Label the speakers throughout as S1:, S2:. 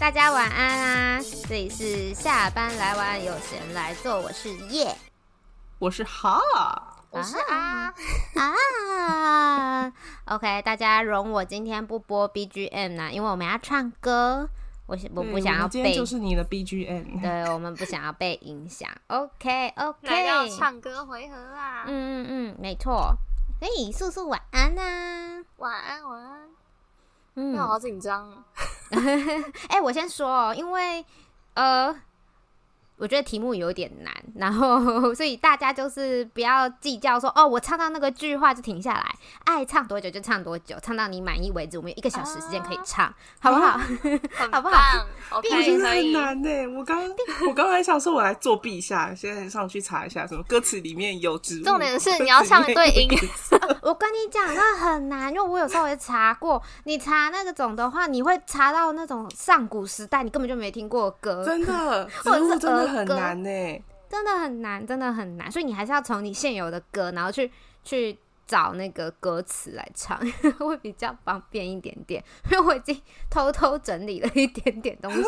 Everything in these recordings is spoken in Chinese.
S1: 大家晚安啊！这里是下班来玩，有闲来坐，我是叶，
S2: 我是哈，
S1: 我是啊 啊。OK，大家容我今天不播 BGM 呢、因为我们要唱歌，我我不想
S2: 嗯
S1: 要
S2: 今
S1: 被
S2: 天就是你的 BGM，
S1: 对，我们不想要被影响。OK
S3: 来到
S1: OK，
S3: 唱歌回合啊啦！
S1: 嗯嗯嗯，没错。所以素素晚安呐、
S3: 晚安，晚安。
S1: 嗯
S3: 那我，好紧张哦。
S1: 哎、我先说哦，因为呃，我觉得题目有点难，然后 所以大家就是不要计较说哦，我唱到那个句话就停下来，爱唱多久就唱多久，唱到你满意为止。我们有一个小时时间可以唱，好不好？
S3: 很
S1: 好不好
S3: 棒
S2: 我觉
S3: ？OK，
S2: 得
S3: 可
S2: 很
S3: 以。
S2: 难呢、我刚我刚才想说，我来作弊一下，现在上去查一下什么歌词里面有植物。
S3: 重点是你要唱对音
S2: 歌词里面有颜色
S1: 我跟你讲，那很难，因为我有稍微查过，你查那个种的话，你会查到那种上古时代你根本就没听过的歌，
S2: 真的，植
S1: 或者是
S2: 物真的
S1: 儿
S2: 很
S1: 歌
S2: 难欸呢、
S1: 真的很难，真的很难，所以你还是要从你现有的歌，然后去去找那个歌词来唱， 会比较方便一点点。因为我已经偷偷整理了一点点东西，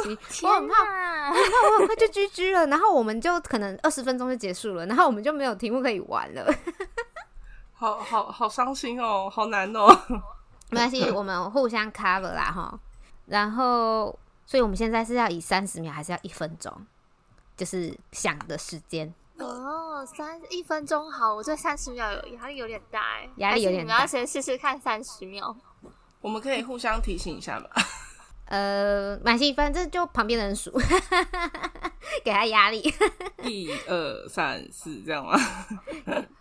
S1: 我很
S3: 天
S1: 怕，
S3: 哪！
S1: 我很快就 GG 了，然后我们就可能二十分钟就结束了，然后我们就没有题目可以玩了。
S2: 好好好伤心哦，好难哦。
S1: 没关 系，我们互相 cover 啦哈。然后，所以我们现在是要以三十秒还是要一分钟？就是想的时间。
S3: 哦，三一分钟好，我对三十秒有压力有点大哎，
S1: 压力有点大
S3: 还是你们要先试试看三 十秒。
S2: 我们可以互相提醒一下吧。
S1: 呃，满戏，反正就旁边的人数， 给他压力。
S2: 一二三四，这样吗？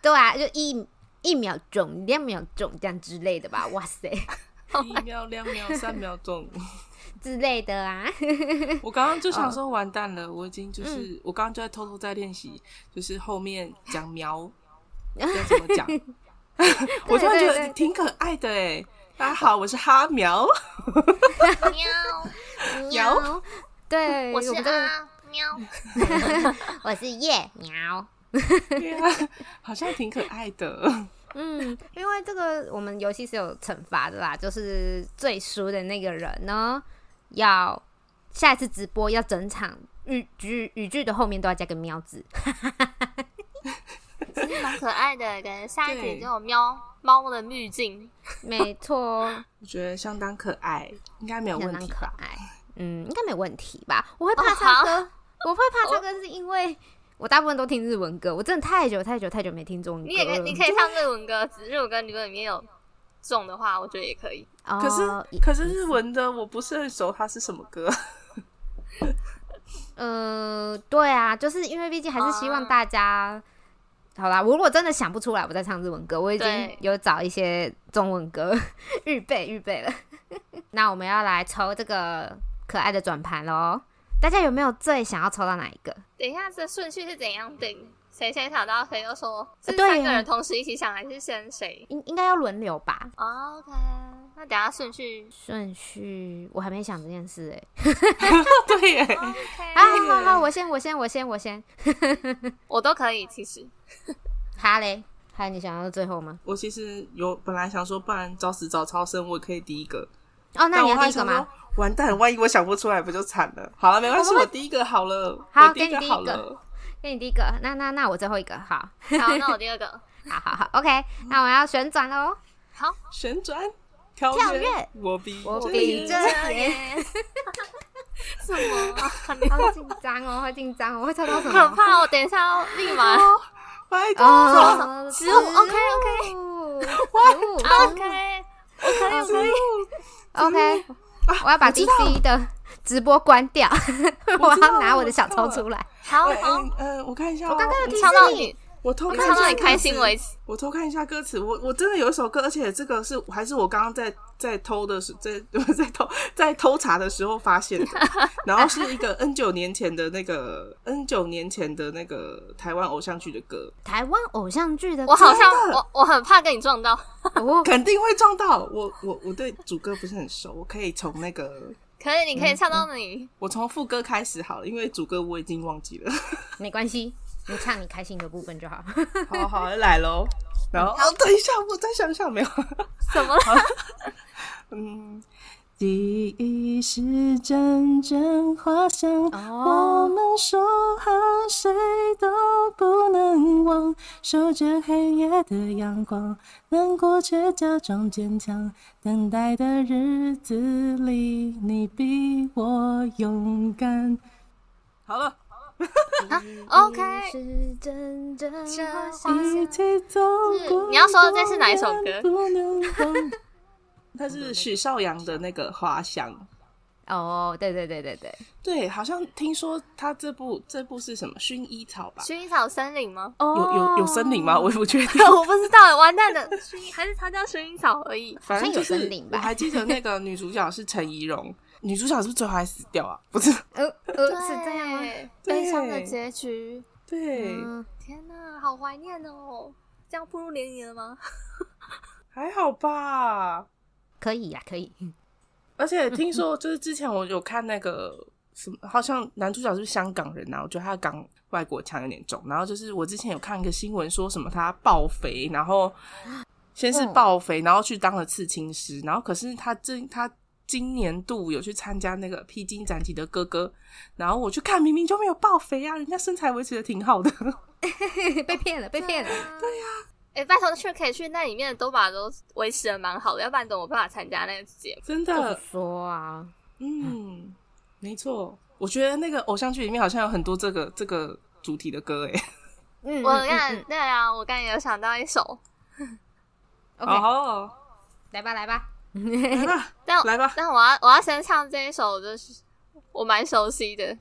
S1: 对啊，就一一秒钟、两秒钟这样之类的吧。哇塞，
S2: 一秒、两秒、三秒钟。
S1: 之类的 啊。
S2: 我刚刚就
S1: 嗯
S2: 想说，完蛋了，我已经就是、我刚刚就在偷偷在练习，就是后面讲 苗要怎么讲，我突然
S1: 对
S2: 觉
S1: 对
S2: 得挺可爱的哎。大家好，我是哈 苗，
S3: 喵，
S2: 有
S1: 对，
S3: 我是
S1: 们这个
S3: 啊， 喵。
S1: 我是叶苗。
S2: 对啊 好像挺可爱的。
S1: 嗯，因为这个我们游戏是有惩罚的啦，就是最输的那个人呢，要下一次直播要整场语句语句的后面都要加个喵字。
S3: 其实蛮可爱的，感觉下一集
S2: 对
S3: 就有喵猫的滤镜。
S1: 没错，
S2: 我觉得相当可爱，应该没有
S1: 相
S2: 问
S1: 当
S2: 题
S1: 可
S2: 吧？
S1: 爱。嗯，应该没问题吧？我会怕
S3: 哦
S1: 唱
S3: 好
S1: 歌，我会 怕唱歌是因为我大部分都听日文歌，我真的太久太久太久没听中文歌
S3: 你也可以，
S1: 了。
S3: 你可以唱日文歌，只是日文歌如果里面有中的话，我觉得也可以。
S1: 哦，
S2: 可是、
S1: 也
S2: 可是日文的我不是很熟，它是什么歌？
S1: 呃，对啊，就是因为毕竟还是希望
S3: 啊
S1: 大家。好啦，我如果真的想不出来，我在唱日文歌，我已经
S3: 对
S1: 有找一些中文歌预备预备了。 那我们要来抽这个可爱的转盘喽！大家有没有最想要抽到哪一个？
S3: 等一下，这顺序是怎样定？谁先想到谁就说，是
S1: 对
S3: 三个人同时一起想，还是先谁
S1: 应应该要轮流吧？
S3: ？OK，那等一下顺序。
S1: 顺序我还没想这件事哎、
S2: 对
S1: 哦
S2: 欸耶，
S3: OK，、
S1: 啊，好好，我先我先我先我先。
S3: 我都可以，其实
S1: 哈嘞，哈，你想要最后吗？
S2: 我其实有本来想说，不然早死早超生，我也可以第一个。
S1: 哦，那
S2: 但
S1: 你
S2: 我
S1: 要
S2: 还
S1: 第一个
S2: 想
S1: 吗
S2: 说？？完蛋，万一我想不出来，不就惨了？好了，没关系，
S1: 我们
S2: 我第一个好了，
S1: 好
S2: 我第一
S1: 给你
S2: 个
S1: 第一
S2: 好
S1: 个
S2: 了。
S1: 给你第一个，那那那我最后一个，好，
S3: 好，那我第二个。
S1: 好好好，OK，那我要旋转喽。
S3: 好，
S2: 旋转，跳
S1: 跳跃
S2: 我比
S1: 我
S2: 这
S1: 比
S2: 个
S1: 这
S3: 耶，什么啊？很
S1: 好紧张哦，好紧张哦，会抽到什
S3: 可
S1: 么？
S3: 怕！我等一下要立马。
S2: 拜托，
S1: 哦，
S3: 植物，OK，OK
S1: OK，植
S3: OK，
S2: 我
S1: 物
S2: 知
S1: ，OK OK，我要把 DC 的直播关掉，我
S2: 知道
S1: 要拿我的小
S2: 我
S1: 抽
S2: 知道
S1: 出来。
S3: 好
S2: 道
S3: 好，
S2: 哎呃，我看一下哦，
S1: 我刚刚有提
S3: 你
S1: 示
S3: 唱到
S1: 你
S3: 你，
S2: 我偷
S3: 我
S2: 看
S3: 唱
S2: 一
S3: 到
S2: 下
S3: 你开心
S2: 歌词
S3: 为止。
S2: 我偷看一下歌词，我我真的有一首歌，而且这个是还是我刚刚在在偷的时，在 在偷在偷查的时候发现的，然后是一个 N 九年前的那个 N 九年前的那个台湾偶像剧的歌，
S1: 台湾偶像剧的歌，
S3: 我好像
S2: 真的
S3: 我我很怕跟你撞到。
S1: 哦
S2: 肯定会撞到我。我我对主歌不是很熟，我可以从那个
S3: 可以，你可以唱到你。
S2: 我从副歌开始好了，因为主歌我已经忘记了。
S1: 没关系，你唱你开心的部分就好。
S2: 好好来喽。然后哦，等一下，我再想想，没有。
S3: 什么？
S2: 嗯，记忆是阵阵花香，
S1: 哦
S2: 我们说好谁都不能忘，守着黑夜的阳光，难过却假装坚强，等待的日子里，你比我勇敢。 好了，
S3: OK
S1: 是真正花
S2: 一起走过。
S3: 你要说哦这是哪一首歌
S2: 多难忘？它是许绍洋的那个《花香》。
S1: 哦，对对对对对，
S2: 对，好像听说他这部这部是什么薰衣草吧？
S3: 薰衣草森林吗？
S1: 哦
S2: 有有有森林吗？我也不确定。
S3: 我不知道，完蛋了，薰衣 还是它叫薰衣草而已。
S2: 反正就是
S1: 好像有森林吧
S2: 我还记得那个女主角是陈怡蓉，女主角是不是最后还死掉啊？不是，
S1: 呃呃，是这样吗？
S3: 对，悲伤的结局。
S2: 对，
S1: 嗯，
S3: 天哪，好怀念哦！这样步入年龄了吗？
S2: 还好吧。
S1: 可以呀，可以。
S2: 而且听说就是之前我有看那个什么，好像男主角是香港人啊，我觉得他的港外国腔有点重。然后就是我之前有看一个新闻说什么他爆肥，然后先是爆肥，然后去当了刺青师，然后可是他这他。今年度有去参加那个披荆斩棘的哥哥，然后我去看，明明就没有爆肥啊，人家身材维持的挺好的。
S1: 被骗了，被骗了。
S3: 对呀、哎、拜托去可以去那里面都把都维持的蛮好的，要不然怎么办法参加那个节目？
S2: 真
S1: 这么
S2: 的，
S1: 说啊，
S2: 嗯，没错，我觉得那个偶像剧里面好像有很多这个这个主题的歌诶、哎
S1: 嗯，
S3: 我
S1: 嗯
S3: 看、
S1: 嗯
S3: 对啊，我刚才有想到一首，
S1: 嗯，OK，
S2: 哦，
S1: 来吧，来吧。
S2: 来吧，
S3: 但
S2: 来吧
S3: 但我要我要先唱这一首，就是我蛮熟悉的。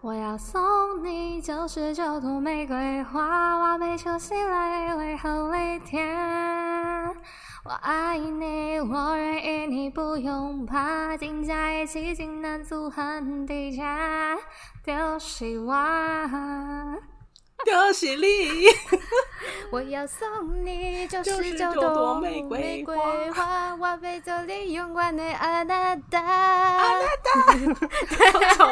S3: 我要送你九十九朵玫瑰花，把每颗心来为和泪甜。我爱你，我愿意，你不用怕，紧在一起，竟难阻恨底下丢希望。
S2: 恭喜你！
S1: 我要送你九十
S2: 99
S1: 九
S2: 朵
S1: 朵
S2: 玫
S1: 玫
S2: 瑰
S1: 瑰
S2: 花
S1: 花，我被这里用完的阿达哦达。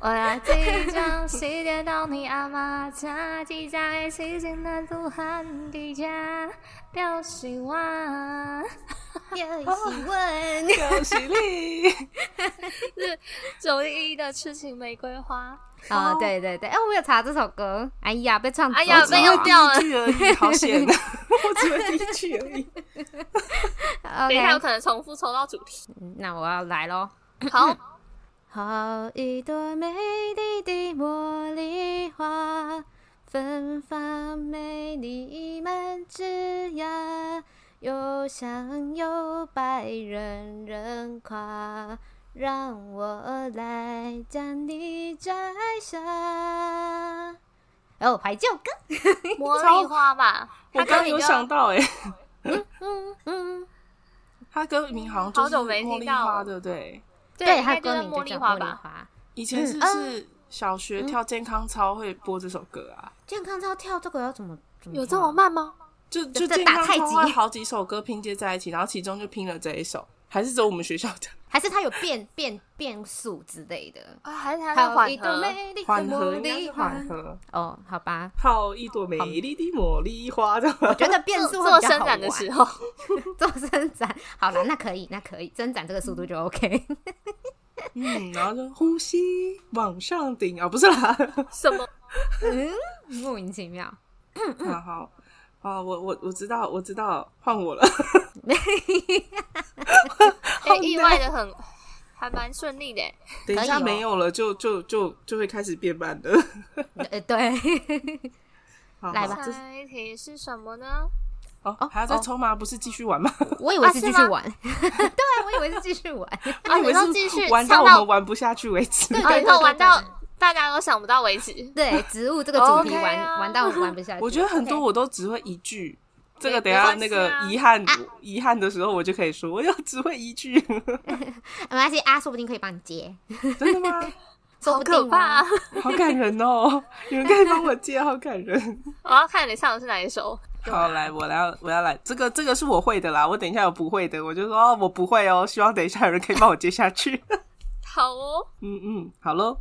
S3: 我要记账，洗点到你阿妈家，记在一起，简单不喊底价，掉希望。
S1: 有疑问，
S2: 恭喜 你！
S3: 九一一的痴情玫瑰花，
S1: 啊，对对对，哎，我有查这首歌，哎呀，被唱走
S3: 哎呀
S1: 了
S2: 我只
S3: 被用
S2: 会
S3: 掉了
S2: 啊第一句而已，好 险！我只会第一句而已。
S3: 等一下有
S1: OK，
S3: 可能重复抽到主题。
S1: 那我要来喽。
S3: 好，
S1: 好一朵美丽的茉莉花，芬芳美丽满枝桠，又香又白，人人夸。让我来将你摘下。哦，怀旧歌。
S3: 茉莉花吧，
S2: 我刚刚有想到，哎，
S1: 嗯嗯，
S2: 他歌名好像就
S3: 好
S2: 是
S3: 久没
S2: 茉
S3: 听
S2: 莉
S3: 到
S2: 花，
S3: 了
S2: 对不对？
S1: 对，
S3: 应该
S1: 它
S3: 就是
S1: 歌名
S3: 茉
S1: 就
S3: 莉
S1: 叫
S3: 花
S1: 茉莉
S3: 吧。
S1: 花。
S2: 以前是不是小学跳健康操会播这首歌啊？
S1: 健康操跳这个要怎么？怎么
S3: 有
S1: 跳
S3: 这么慢吗？
S2: 就就
S1: 这
S2: 健
S1: 打
S2: 康
S1: 太极
S2: 操会好几首歌拼接在一起，然后其中就拼了这一首，还是走我们学校的
S1: 还是它有变变变速之类的？
S3: 啊，还是它在
S1: 好
S3: 缓
S1: 一朵
S3: 和？
S1: 美丽的
S2: 缓和，
S1: 茉
S2: 应该
S1: 莉
S2: 是
S1: 花。
S2: 缓和。
S1: 哦，好吧，
S2: 好一朵美丽的茉莉花，这样
S1: 我觉得变
S3: 做
S1: 速会
S3: 做
S1: 比较
S3: 伸
S1: 好
S3: 展的
S1: 玩
S3: 时候，
S1: 做伸展，好了，那可以，那可以，伸展这个速度就 OK。
S2: 嗯，然后就呼吸往上顶啊，不是啦，
S3: 什 么？
S1: 嗯，莫名其妙。
S2: 啊好，啊我我我知道我知道，换我了。
S3: 哎，意 外的很，还蛮顺利的。
S2: 等一下
S1: 可以哦
S2: 没有了，就就就就会开始变慢的。
S1: 呃，对，
S2: 好
S1: 来吧
S2: 好
S3: 下一题是什么呢？
S2: 哦，还要再抽吗？不是继续玩吗？
S1: 我以为是继
S3: 啊
S1: 续
S3: 是吗
S1: 玩， 对我以为是继续玩。
S3: 啊，
S2: 我以为
S3: 你要继续
S2: 是 玩到
S3: 唱
S2: 我
S3: 到
S2: 们玩不下去为止。
S1: 对
S3: 啊，你
S1: 对
S3: 说玩
S1: 对
S3: 到大家都想不到为 止。
S1: 对，植物这个主题
S2: OK
S1: 玩
S3: 啊
S1: 玩到玩不下去。
S2: 我觉得很多
S1: OK
S2: 我都只会一句。这个
S3: 没
S2: 等一下
S3: 没
S2: 那
S3: 关系
S2: 个
S3: 啊
S2: 遗憾遗憾的时候，我就可以说，我又只会一句，
S1: 没关系啊，说不定可以帮你接，
S2: 真的吗？
S1: 说
S3: 好
S1: 不
S3: 可
S1: 定
S3: 怕、
S1: 啊
S3: 啊！！
S2: 好感人哦！你们可以帮我接，好感人。
S3: 我要看你唱的是哪一首。
S2: 好，来，我来，我要来，这个这个是我会的啦。我等一下有不会的，我就说、哦、我不 会哦。希望等一下有人可以帮我接下去。
S3: 好哦，
S2: 嗯嗯，好喽。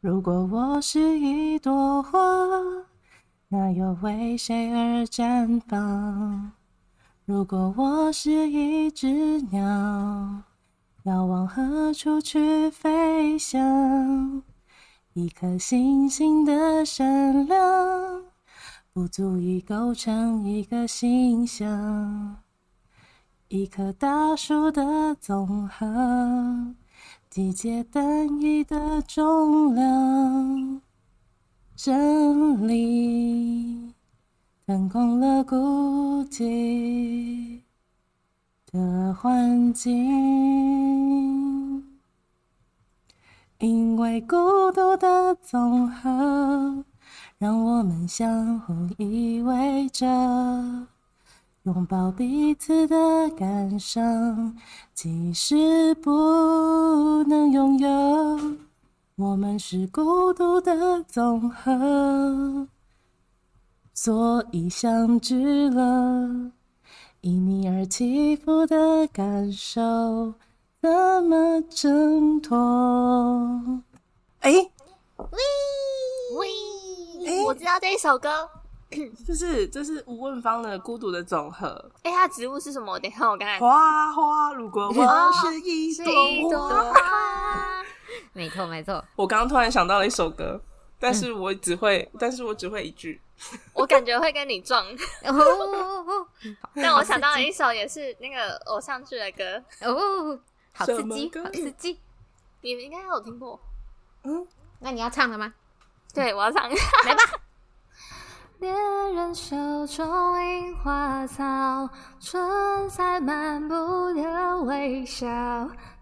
S4: 如果我是一朵花，那又为谁而绽放？如果我是一只鸟，要往何处去飞翔？一颗星星的闪亮，不足以构成一个形象。一棵大树的总和，季节单一的重量，真理腾空了孤寂的环境，因为孤独的总和，让我们相互依偎着。拥抱彼此的感伤，即使不能拥有，我们是孤独的总和，所以相聚了。因你而起伏的感受，怎么挣脱？
S2: 哎、
S3: 喂，我知道这一首歌。
S2: 这是这是吴问芳的《孤独的总和
S3: 哎、它的植物是什么？等一下，我刚才》。
S2: 花花，如果我哎是一
S3: 是
S2: 朵
S3: 一朵
S2: 花。
S3: 花。
S1: 没错没错，
S2: 我刚刚突然想到了一首歌，但是我只会，但是我只会一句。
S3: 我感觉会跟你撞，
S1: 哦 哦
S3: 但我想到了一首也是那个偶像剧的歌，
S1: 哦哦，好刺激
S2: 什么歌
S1: 好刺激！
S3: 你们应该有听过。
S1: 那你要唱了吗？
S3: 对，我要 唱。
S1: 来吧，
S4: 恋人手中樱花草，春采漫步的微笑，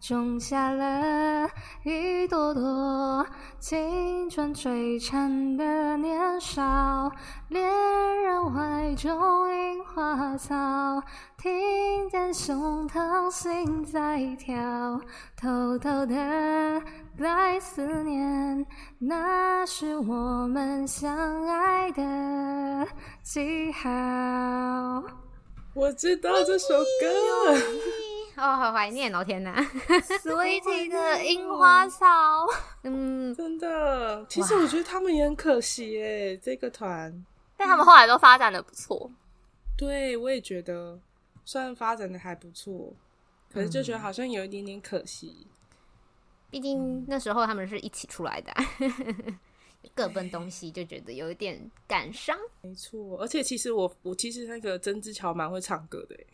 S4: 种下了一朵朵青春璀璨的年少。恋人怀中樱花草，听见胸膛心在跳，偷偷的在思念，那是我们相爱的记号。
S2: 我知道这首歌，
S1: 哦，好怀念哦，天哪，
S3: Sweetie 的樱花草，
S1: 嗯，
S2: 真的。其实我觉得他们也很可惜耶，这个团。
S3: 但他们后来都发展的不错。
S2: 对，我也觉得，虽然发展的还不错，可是就觉得好像有一点点可惜。
S1: 毕竟那时候他们是一起出来的啊、各奔东西，就觉得有一点感伤。
S2: 没错，而且其实我我其实那个曾之乔蛮会唱歌的耶，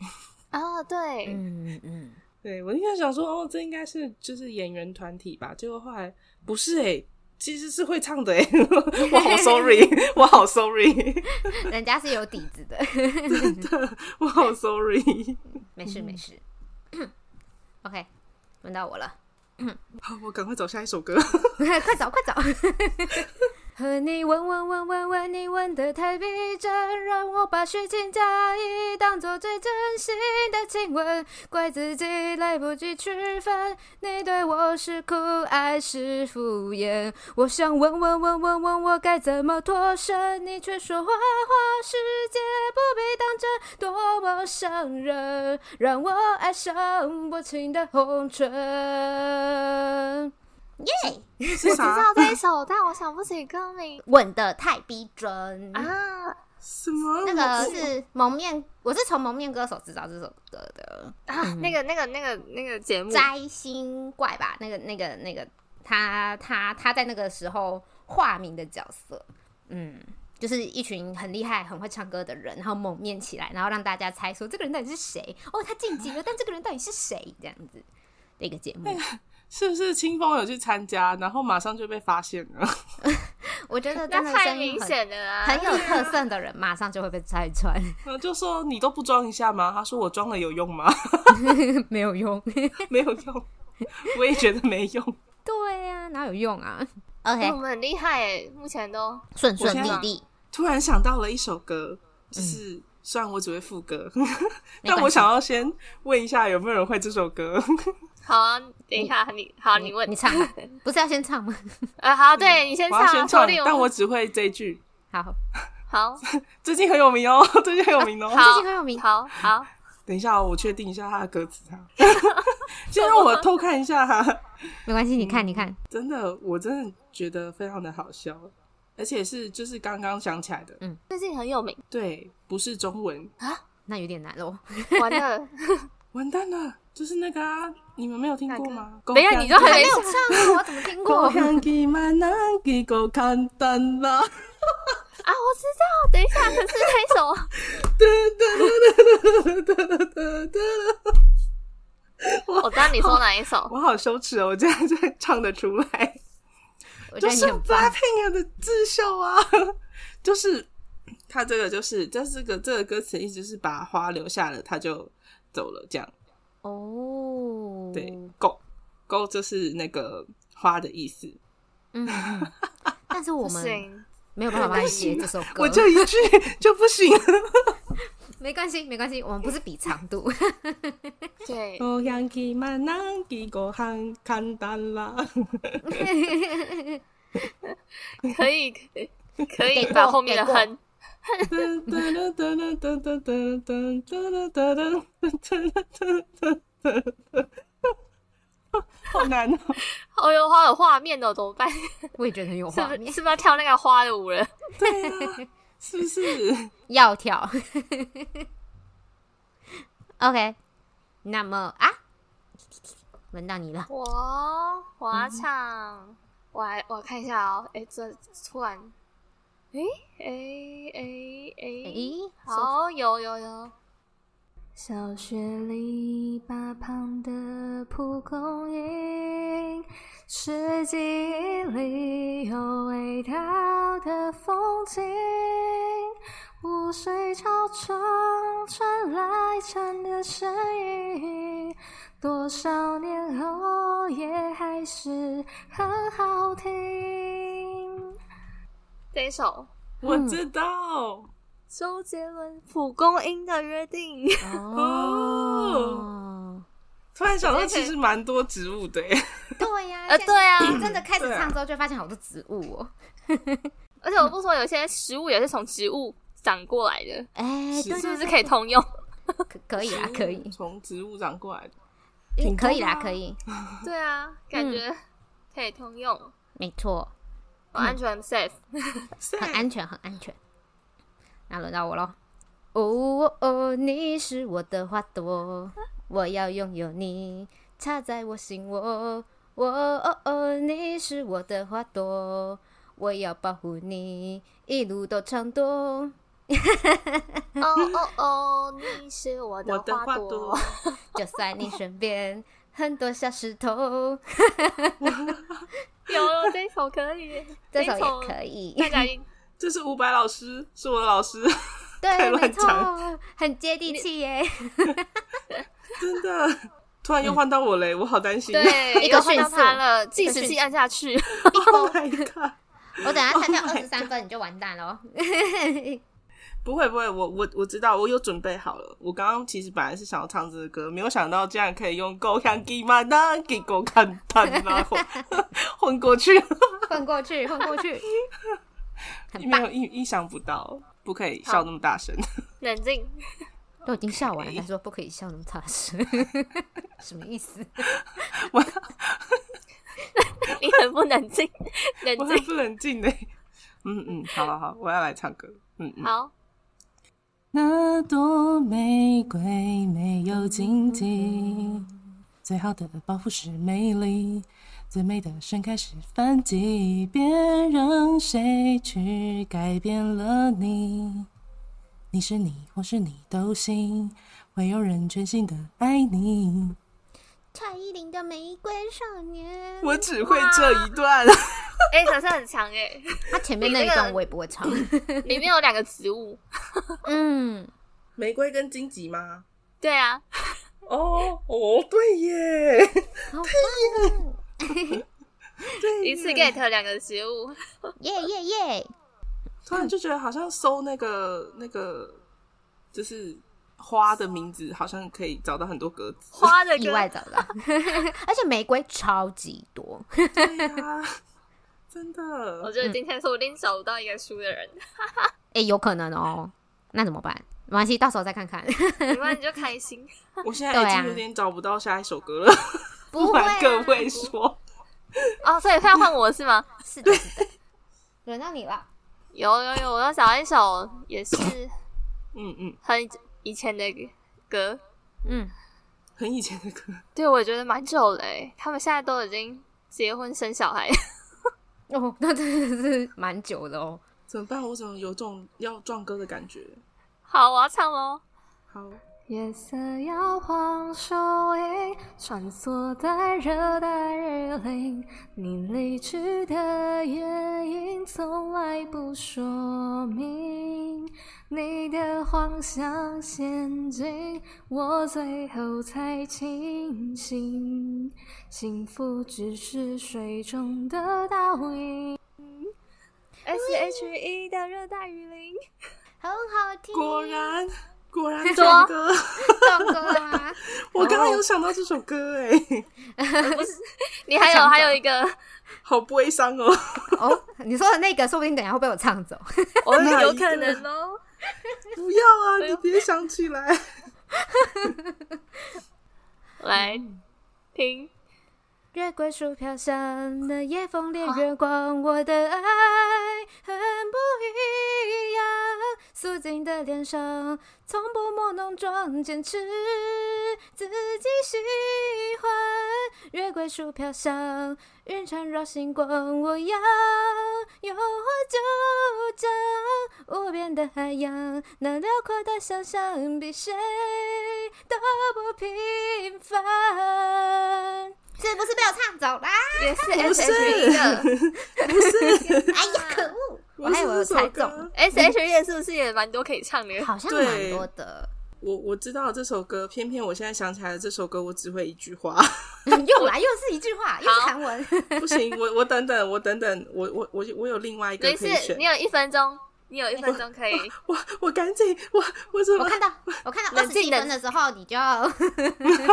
S2: 欸
S3: 啊，对，
S1: 嗯嗯，
S2: 对我应该想说哦，这应该是就是演员团体吧，结果后来不是哎，其实是会唱的哎， 我好 sorry，我好 sorry，
S1: 人家是有底子的，
S2: 我好 sorry，
S1: 没事没事。OK，轮到我了，
S2: 好，我赶快找下一首歌。
S1: 快走快走。和你吻吻吻吻吻，你吻得太逼真，让我把虚情假意当作最真心的亲吻，怪自己来不及区分，你对我是酷爱是敷衍。我想问问问问问，我该怎么脱身？你却说花花世界不必当真，多么伤人，让我爱上薄情的红唇。
S2: 是
S3: 我知
S2: 啥啊
S3: 道？这一首，但我想不起歌 名
S1: 吻得太逼真
S3: 啊
S2: 什么？
S1: 那个是蒙面，我是从蒙面歌手知道这首歌的，
S3: 啊！那个、那个、那个、那个节目，
S1: 《摘星怪》吧？那个、那个、那个，他他他在那个时候化名的角色，嗯，就是一群很厉害、很会唱歌的人，然后蒙面起来，然后让大家猜说这个人到底是谁？哦，他晋级了，但这个人到底是谁？这样子的一个节 目，
S2: 是不是清风有去参加，然后马上就被发现了？
S1: 我觉得
S3: 那
S1: 真的
S3: 太
S1: 声音
S3: 明
S1: 很
S3: 显了啊！
S1: 很有特色的人，马上就会被拆穿，
S2: 我就说你都不装一下吗？他说我装了有用吗？
S1: 没有用。
S2: 没有用，我也觉得没用。
S1: 对呀、哪有用啊
S3: 哎
S1: ？OK，
S3: 我们很厉害耶，目前都
S1: 顺
S2: 我
S1: 顺
S2: 先
S1: 利
S2: 讲
S1: 利，
S2: 突然想到了一首歌，就是、虽然我只会副歌，
S1: 嗯没
S2: 但
S1: 关
S2: 我
S1: 系
S2: 想要先问一下有没有人会这首歌？
S3: 好啊。等一下，你好，你问
S1: 你 唱吧，不是要先唱吗？
S3: 啊，好，对你先
S2: 我要先
S3: 唱，
S2: 唱
S3: 说不
S1: 哦
S3: 定，
S2: 但我只会这一句。
S1: 好，
S3: 好，
S2: 最近很有名哦， 最近很有名哦。
S3: 好，
S1: 最近很有名
S3: 好好
S2: 等一下哦、我确定一下他的歌词啊。先让我偷看一下哈。
S1: 没关系，你看，你看，
S2: 真的，我真的觉得非常的好笑，而且是就是刚刚想起来的，
S3: 最近很有名，
S2: 对，不是中文，
S1: 那有点难喽。
S3: 完了，
S2: 完蛋了，就是那个啊，你们没有听过吗？等
S3: 等一下你就
S1: 还
S3: 很
S1: 没有唱 过，我怎么听过？
S2: 我
S1: 啊，
S2: 想给满难给够简单啦，
S3: 啊我知道，等一下，可是那首我知道你说哪一首，
S2: 我好羞耻哦，我竟然这样唱得出来，
S1: 我觉
S2: 就
S1: 得你
S2: 是
S1: 很棒。
S2: Blackpink 的自秀啊， 就是他这个就是这是个这个歌词，一直是把花留下了，他就走了，这样
S1: 哦，
S2: 对，够够就是那个花的意思，
S1: 嗯，嗯但是我
S3: 不
S1: 们
S3: 行，
S1: 没有办法帮你写这首歌，
S2: 我就一句 就不行了。
S1: 没关系，没关系，我们不是比长度，
S3: 对，
S2: 我想起嘛，难记个很简单啦。
S3: 可以，可以可
S1: 给
S3: 以把
S1: 过
S3: 后面的
S1: 给过
S3: 哼，
S2: 噔噔噔噔噔噔噔噔噔噔噔噔噔噔噔， 好难哦！
S3: 哦呦，好有画面哦，怎么办？
S1: 我也觉得很有
S3: 是
S1: 画
S3: 不是
S1: 面。
S3: 是不是要跳那个花的舞了？
S2: 对啊，是不是？
S1: 要跳。OK，那么啊，轮到你了。
S3: 我我要唱，我来我看一下哦。哎，这突然，哎哎哎哎，
S1: 咦、
S3: 好，有有有。小雪篱笆旁的蒲公英，是记忆里有味道的风景。雾水草中传来蝉的声音，多少年后也还是很好听。这一首
S2: 我知道，
S3: 周杰伦《蒲公英的约定》，
S1: 哦，
S2: 突然想到，其实蛮多植物的耶。
S1: 对呀、
S3: 呃，对啊，
S1: 真的开始唱之后，就发现好多植物哦。
S3: 而且我不说，有些食物也是从植物长过来的，
S1: 哎、
S2: 是
S1: 对
S3: 是
S1: 对
S3: 不是
S1: 对，
S3: 可以通用？
S1: 可 可以
S2: 啊
S1: 啦，可以，
S2: 从植物长过来的。
S1: 嗯可以啦，
S2: 挺多的啊
S1: 可以，
S3: 对啊，感觉可以通用，
S1: 没错，
S3: 很安全、很 safe。
S1: 很安全，很安全。那轮到我喽。哦哦，你是我的花朵，我要拥有你，插在我心窝。我哦哦，你是我的花朵，我要保护你，一路到长冬。
S3: 哦哦哦，你是我
S2: 嗯我
S3: 的
S2: 的花
S3: 花
S2: 朵
S3: 朵，，
S1: 就算你身边很多小石头，
S3: 有 有这一首可以，
S1: 这首
S3: 首
S1: 也可以。
S3: 大 家一定
S2: 这是伍佰老师，是我的老 师，太
S1: 对，
S2: 乱
S1: 没错
S2: 讲，
S1: 很接地气耶。
S2: 真的。突然又换到我嘞，我好担心。
S3: 对，
S1: 一个
S3: 又换到
S1: 迅速
S3: 他了，
S1: 一
S3: 计
S1: 个
S3: 时
S1: 迅
S3: 器按下去，
S2: Oh my god！
S1: 我等下才跳
S2: Oh
S1: 二
S2: my
S1: 十三分，你就完蛋哦喽。
S2: 不会不会，我我我知道，我有准备好了。我刚刚其实本来是想要唱这个歌，没有想到竟然可以用“狗看鸡嘛那给狗看蛋” 然后混过去，
S1: 混过去，混过去，很
S2: 没
S1: 棒，
S2: 有意意想不到，不可以笑那么大声。
S3: 冷静。
S1: 都已经笑完了，还说不可以笑那么大声， 什么意思？
S3: 你很不 冷静，冷
S2: 我很
S3: 静。
S2: 不冷静的。嗯嗯，好了好，我要来唱歌。嗯嗯，
S3: 好，
S4: 那朵玫瑰没有荆棘，最好的报复是美丽，最美的盛开是反击。别让谁去改变了你，你是你或是你都行，会有人全心的爱你。
S1: 蔡依林的《玫瑰少年》，
S2: 我只会这一段。
S3: 哎，小胜很强哎，
S1: 他前面那一段我也不会唱。
S3: 里面有两个植物。
S1: 嗯，
S2: 玫瑰跟荆棘吗？
S3: 对啊，
S2: 哦哦，对耶，
S1: 好棒，
S2: 对耶
S3: 一次 get 两个植物，
S1: 耶耶耶！
S2: 突然就觉得好像搜那个那个就是花的名字，好像可以找到很多格 子。
S3: 花的
S1: 意
S3: 歌
S1: 外找到， 而且玫瑰超级多，
S2: 对呀、真
S3: 我
S2: 的。
S1: 嗯
S3: 觉得今天是我另找不到一个书的人，
S1: 哎，有可能哦。那怎么办？没关系，到时候再看看。
S3: 你们你就开心。
S2: 我现在
S1: 对
S2: 已
S1: 啊
S2: 经有点找不到下一首歌了。
S1: 不会、啊、
S2: 瞒各位说，
S3: 哦，所以现在换我是吗？
S1: 是的，是的， 轮到你了。
S3: 有有有，我要找一首也是
S2: 嗯嗯，
S3: 很以前的歌，
S1: 嗯，
S2: 很以前的歌，
S3: 对我觉得蛮久了欸。他们现在都已经结婚生小孩，
S1: 哦， 那真的是蛮久的哦。
S2: 怎么办？我怎么有种要撞歌的感觉？
S3: 好，我要唱喽。
S2: 好，
S3: 夜色摇晃树影，穿梭在热带雨林。你离去的原因从来不说明，你的幻想陷阱，我最后才清醒。幸福只是水中的倒影。S H E 的热带雨林，
S1: 很好听。
S2: 果然果然
S3: 说
S2: 撞歌。
S1: 撞啊歌吗？
S2: 我刚刚有想到这首歌哎、
S3: 你还
S1: 抢
S3: 有
S1: 走
S3: 还有一个，
S2: 好悲 伤哦。
S1: 哦，你说的那个，说不定等一下会被我唱走。
S3: 我
S2: 哪
S3: 有
S2: 一
S3: 可
S2: 个
S3: 能哦。
S2: 不要啊，
S3: 对
S2: 你
S3: 哦
S2: 别想起来。
S3: 来听，
S1: 月桂树飘香的夜风掠月光，我的爱很不一样。素净的脸上，从不抹浓妆，坚持自己喜欢。月桂树飘香，云缠绕星光，我要有话就讲。无边的海洋，那辽阔的想象，比谁都不平凡。是不是被我唱走啦？
S3: 也是
S2: 不
S3: S
S2: 是
S3: H E 的。
S1: 哎 呀，可恶！我
S2: 不
S1: 还以
S2: 是
S1: 为我
S2: 这
S1: 猜
S2: 首
S1: 中，
S2: 歌，啊
S3: S H E 是不是也蛮多可以 唱的？
S1: 好像
S2: 对
S1: 蛮多的，
S2: 我我知道这首歌，偏偏我现在想起来的这首歌，我只会一句话。
S1: 又来又是一句话，又是
S3: 好
S1: 韩 文。
S2: 不行，我我等等，我等等，我我我我有另外一个
S3: 没
S2: 可
S3: 事
S2: 以，选
S3: 你。有一分钟，你有一分钟可以。
S2: 我我赶紧，我我怎
S1: 我
S2: 么
S1: 看到，我看到二
S3: 冷
S1: 十
S3: 静
S1: 七分
S3: 冷
S1: 的时候，你就好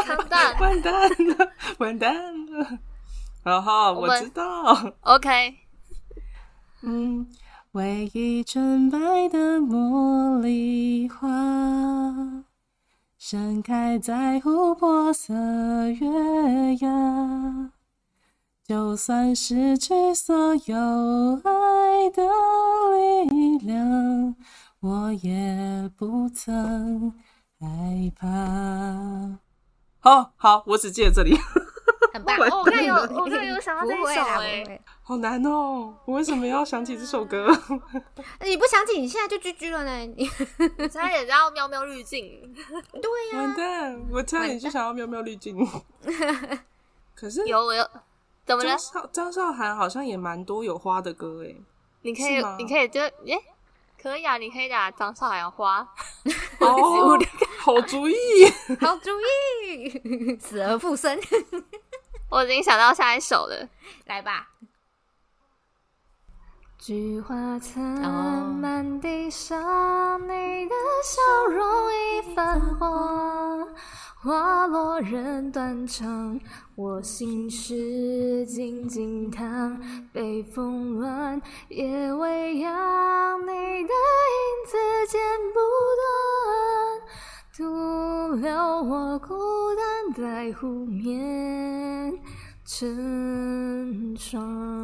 S3: 看到
S2: 完蛋了，完蛋了。然后
S3: 我
S2: 我
S3: 们
S2: 知道，
S3: OK，
S4: 嗯，为一纯白的茉莉花，盛开在琥珀色月牙。就算失去所有爱的力量，我也不曾害怕。
S2: 好好，我只记得这里，
S1: 很棒。
S2: 我
S1: 哦
S3: 我 刚有我刚有想到这一
S1: 不会
S3: 首
S1: 啦，不
S3: 哎、
S1: 会。
S2: 好难哦。我为什么要想起这首歌？
S1: 你不想起，你现在就居居了呢？你
S3: 我现在也叫喵喵滤镜，
S1: 对呀，
S2: 完蛋，我差点就想要喵喵滤镜。可是
S3: 有我有，怎么了
S2: 张？韶张韶涵好像也蛮多有花的歌欸诶。
S3: 你可以
S2: 是吗
S3: 你可以就耶、可以啊，你可以打张韶涵花，
S2: 哦，好主意。
S1: 好主意， 死而复生，
S3: 我已经想到下一首了。
S1: 来吧。
S3: 菊花残
S1: 哦
S3: 满地伤，你的笑容已泛黄，花落人断肠，我心事静静躺，北风乱，夜未央，你的影子剪不断，独留我孤单在湖面成双。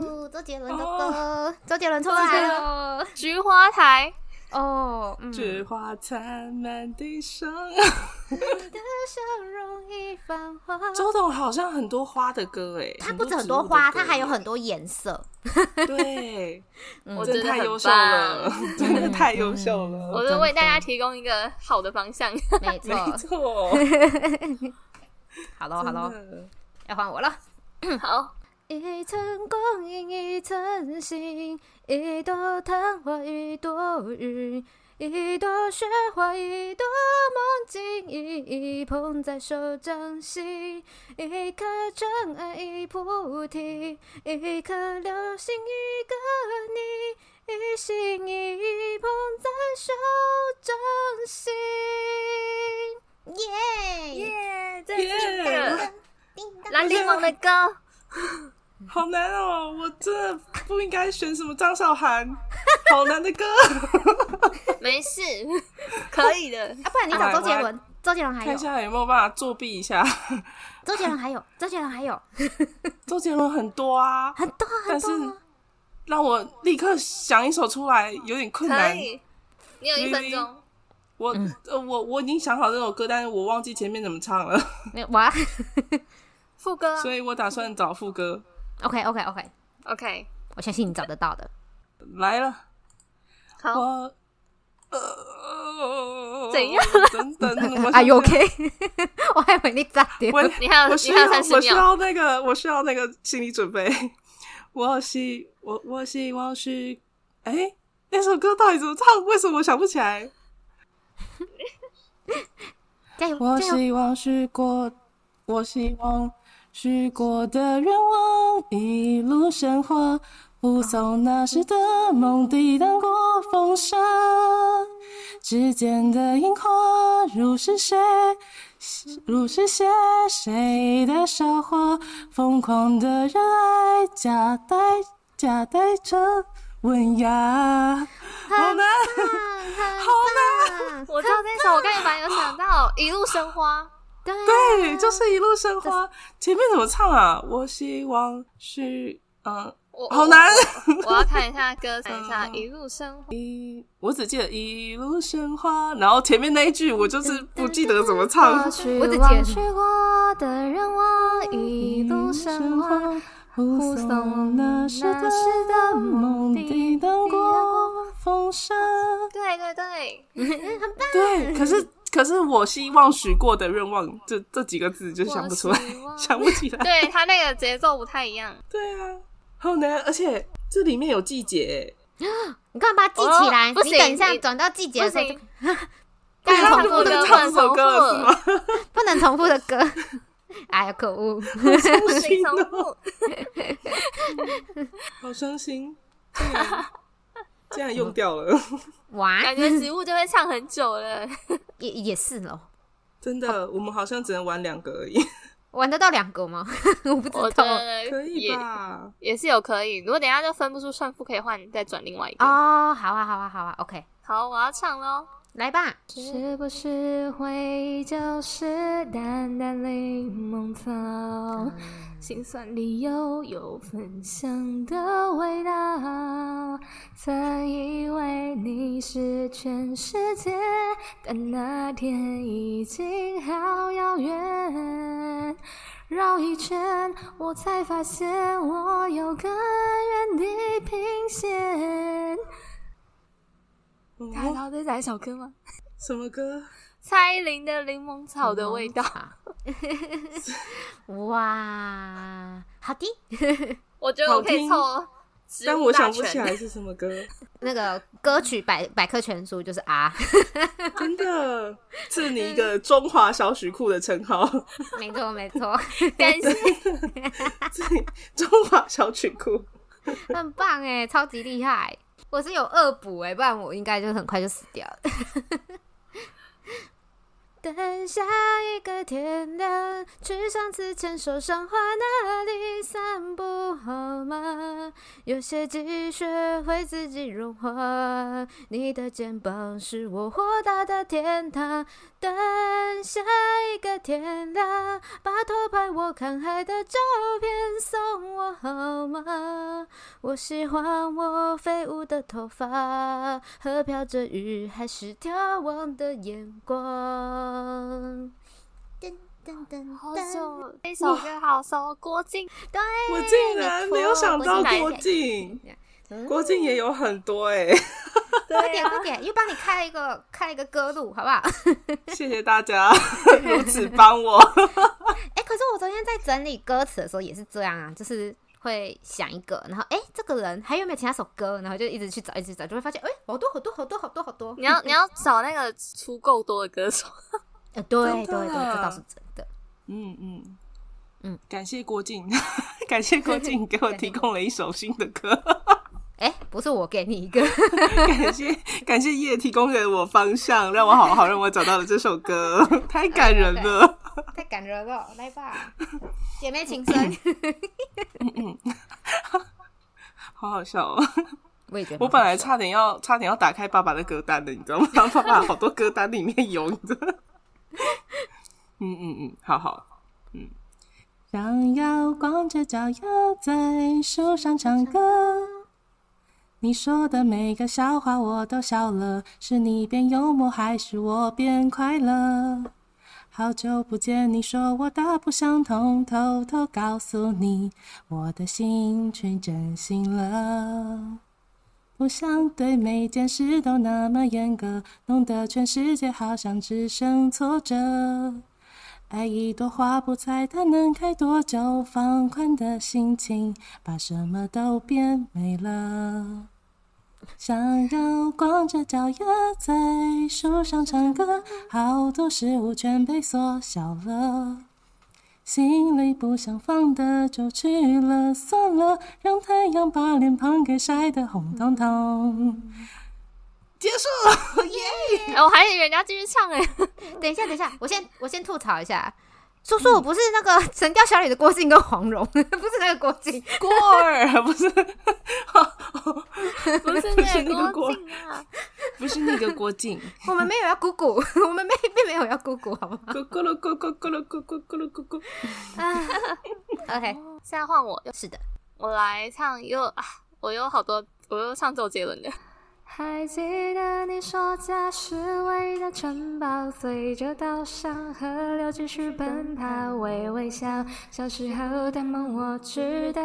S1: 哦，周杰伦的歌，
S3: 哦
S1: 周杰伦出来了。
S3: 菊花台，
S1: 哦，嗯。
S2: 菊花残满地伤。
S1: 的笑容已泛黄。
S2: 周董好像很多花的歌诶，
S1: 它不止很
S2: 植物
S1: 多
S2: 的
S1: 花，
S2: 歌
S1: 它还有很多嗯颜色。
S2: 对，
S1: 我
S3: 我
S2: 真
S3: 真
S2: 的太
S3: 的很
S2: 优秀了
S3: 棒，
S2: 真的太优秀了，
S3: 我就为大家提供一个好的方 向。
S1: 没错，
S2: 没错。
S1: 好喽好喽，
S2: 真的
S1: 要换我了。
S3: 好，
S1: 一层光阴一层心，一朵昙花一朵云，一朵雪花一朵梦境，一一捧在手掌心，一颗尘埃一菩提，一颗流星一个你，一心一意捧在手掌心。耶
S3: 耶，这
S2: 耶
S3: 兰陵王的歌，
S2: 好难哦！我真的不应该选什么张 韶涵，好难的歌。
S3: 没事，可以的。
S1: 啊，不然你找周杰伦，周杰伦还
S2: 看
S1: 有
S2: 一，下有没有办法作弊一下。
S1: 周杰伦还 有，周杰伦还有
S2: 周杰伦很多啊，
S1: 很多啊很
S2: 但是
S1: 多啊、
S2: 让我立刻想一首出来有点困
S3: 可
S2: 难。
S3: 以，你有一分钟，
S2: 我、
S4: 嗯
S2: 呃我我已经想好这首歌，但是我忘记前面怎么唱 了，
S1: 没有啊哇
S3: 副歌啊
S2: 所以我打算找副歌
S1: ，OK OK OK，
S3: ，OK，
S1: 我相信你找得到的。
S2: 来了。
S3: 好，
S2: 我呃
S3: 怎样？
S2: 等等，我
S4: 啊
S1: Are you OK？我 还以为你咋的？
S2: 我
S3: 你还有
S2: 我
S3: 你
S2: 需
S3: 还
S2: 要
S3: 有三十
S2: 我需
S3: 秒，
S2: 要那个我需要那个心理准备。我希我我希望是哎、那首歌到底怎么唱？为什么我想不起来？
S1: 加油
S4: 我
S1: 加油！
S4: 希望许过，我希望许过的愿望一路生活，护送那时的梦抵挡过风沙。指尖的萤火，如是谁，如是写谁的收获？疯狂的热爱，夹带夹带着温雅。
S2: 好难，
S1: 好难，
S3: 我知道这首，我刚才本来有想到《一路生花》，
S1: 对啊
S2: 对，就是一路生花。前面怎么唱啊？我希望是嗯，
S3: 我我
S2: 好难。
S3: 我要看一下歌，看一下《
S2: 嗯
S3: 一路生花》，
S2: 一， 我只记得一路生花，然后前面那一句我就是不记得怎么唱。
S1: 我只记
S3: 望
S1: 得
S3: 去过的人往一
S2: 嗯
S3: 路生花。，
S4: 护送那时的梦，抵挡过风沙。
S3: 对对对，
S2: 对，可 是可是我希望许过的愿望，这这几个字就想不出来，
S3: 我 希
S2: 想
S3: 望
S2: 不起来。
S3: 对他那个节奏不太一样。
S2: 对啊，好难，而且这里面有季节，
S1: 你干嘛把它记起来？
S3: 哦不行
S1: 你等一下
S3: 你
S1: 转到季节
S3: 不
S1: 的时候就
S3: 行，
S1: 刚才重
S3: 不
S1: 复
S2: 不
S3: 能
S1: 的
S2: 能
S3: 歌
S2: 唱这首歌了是吗？
S1: 不能重复的歌。 哎呀，可恶！
S3: 不行，重复。
S2: 好伤心，竟然竟然用掉了，
S1: 哇，
S3: 感觉植物就会唱很久了。
S1: 也也是咯，
S2: 真的，我们好像只能玩两个而已，
S1: 玩得到两个吗？ 我不
S3: 我
S1: 知道
S3: 觉得
S2: 可以
S3: 哎也
S2: 吧？
S3: 也是有可以。如果等一下就分不出胜负，可以换再转另外一个。
S1: 哦。好啊，好啊，好啊，OK，
S3: 好，我要唱喽。
S1: 来吧。
S3: 是不是回忆就是淡淡柠檬草，心酸里又有芬香的味道？曾以为你是全世界，但那天已经好遥远。绕一圈，我才发现我有更远地平线。大家知
S2: 哦
S3: 道这是哪一首歌吗？
S2: 什么歌？
S3: 蔡依林的《柠檬草的味道》
S1: 哇，好的，
S3: 我觉得我可以凑植
S2: 但
S3: 物
S2: 我
S3: 大
S2: 想不起
S3: 全。
S2: 来是什么 歌，
S1: 那个歌曲百百科全书就是啊，
S2: 真的 赐你一个中华小曲库的称号，
S1: 没错没错，
S3: 感谢
S2: 赐你中华小曲库。
S1: 很棒哎，超级厉害。我是有恶补哎，不然我应该就很快就死掉 了。等下一个天亮，去上次牵手赏花那里散步好吗？有些积雪会自己融化，你的肩膀是我豁达的天堂。等下一个天亮，把偷拍我看海的照片送我好吗？我喜欢我飞舞的头发和飘着雨还是眺望的眼光。噔噔噔，
S3: 好久，这首歌好熟，郭靖。
S1: 对，
S2: 我竟然没有想到郭靖，郭靖也有很多哎、
S1: 快点快点，又帮你开一个开一个歌路，好不 好？
S2: 谢谢大 家如此帮我。
S1: 哎、可是我昨天在整理歌词的时候也是这样啊，就是会想一个，然后哎、诶这个人还有没有其他首歌，然后就一直去找，一直去找，就会发现哎、诶好多好多好多好多好多。
S3: 你要你要找那个出够多的歌手，
S1: 呃，对对
S2: 真的
S1: 对，这倒是真的。
S2: 嗯嗯
S1: 嗯，
S2: 感谢郭靖， 感谢郭靖给我提供了一首新的歌，
S1: 哎、不是我给你一个，
S2: 感谢感谢叶提供给我方向，让我好好让我找到了这首歌，太感人了。
S1: 太感人了，来吧，姐妹情深。
S2: 好好笑哦！
S1: 我也觉得，
S2: 我本来差点要差点要打开爸爸的歌单的，你知道吗？爸爸好多歌单里面有，你知道吗 嗯嗯嗯，好好，
S4: 想要光着脚丫在树上唱歌。你说的每个笑话我都笑了，是你变幽默还是我变快乐？好久不见，你说我大不相同，偷偷告诉你，我的心却真心了。不想对每件事都那么严格，弄得全世界好像只剩挫折。爱一朵花不猜它能开多久，放宽的心情把什么都变美了。想要光着脚丫在树上唱歌，好多事物全被缩小了。心里不想放的就去了，算了，让太阳把脸庞给晒得红彤彤。
S2: 结束了，耶！
S3: 哎、我还以为人家继续唱哎、
S1: 等一下，等一下，我先我先吐槽一下，叔叔，我不是那个《神雕侠侣》的郭靖跟黄蓉， 不是那个郭靖，
S2: 过儿不是，
S3: 不是
S2: 不是那
S3: 那
S2: 个
S3: 郭
S2: 郭
S3: 靖啊，
S2: 不是那个郭靖，
S1: 我们没有要姑 姑，我们没并没有要姑姑，好吗
S2: 咕咕噜咕咕咕噜咕咕咕噜咕咕，
S1: ？OK，
S3: 现在换我，
S1: 是的，
S3: 我来唱又啊，我有好多，我又唱周杰伦的。还记得你说家是唯一的城堡，随着稻香河流继续奔跑，微微笑，小时候的梦我知道。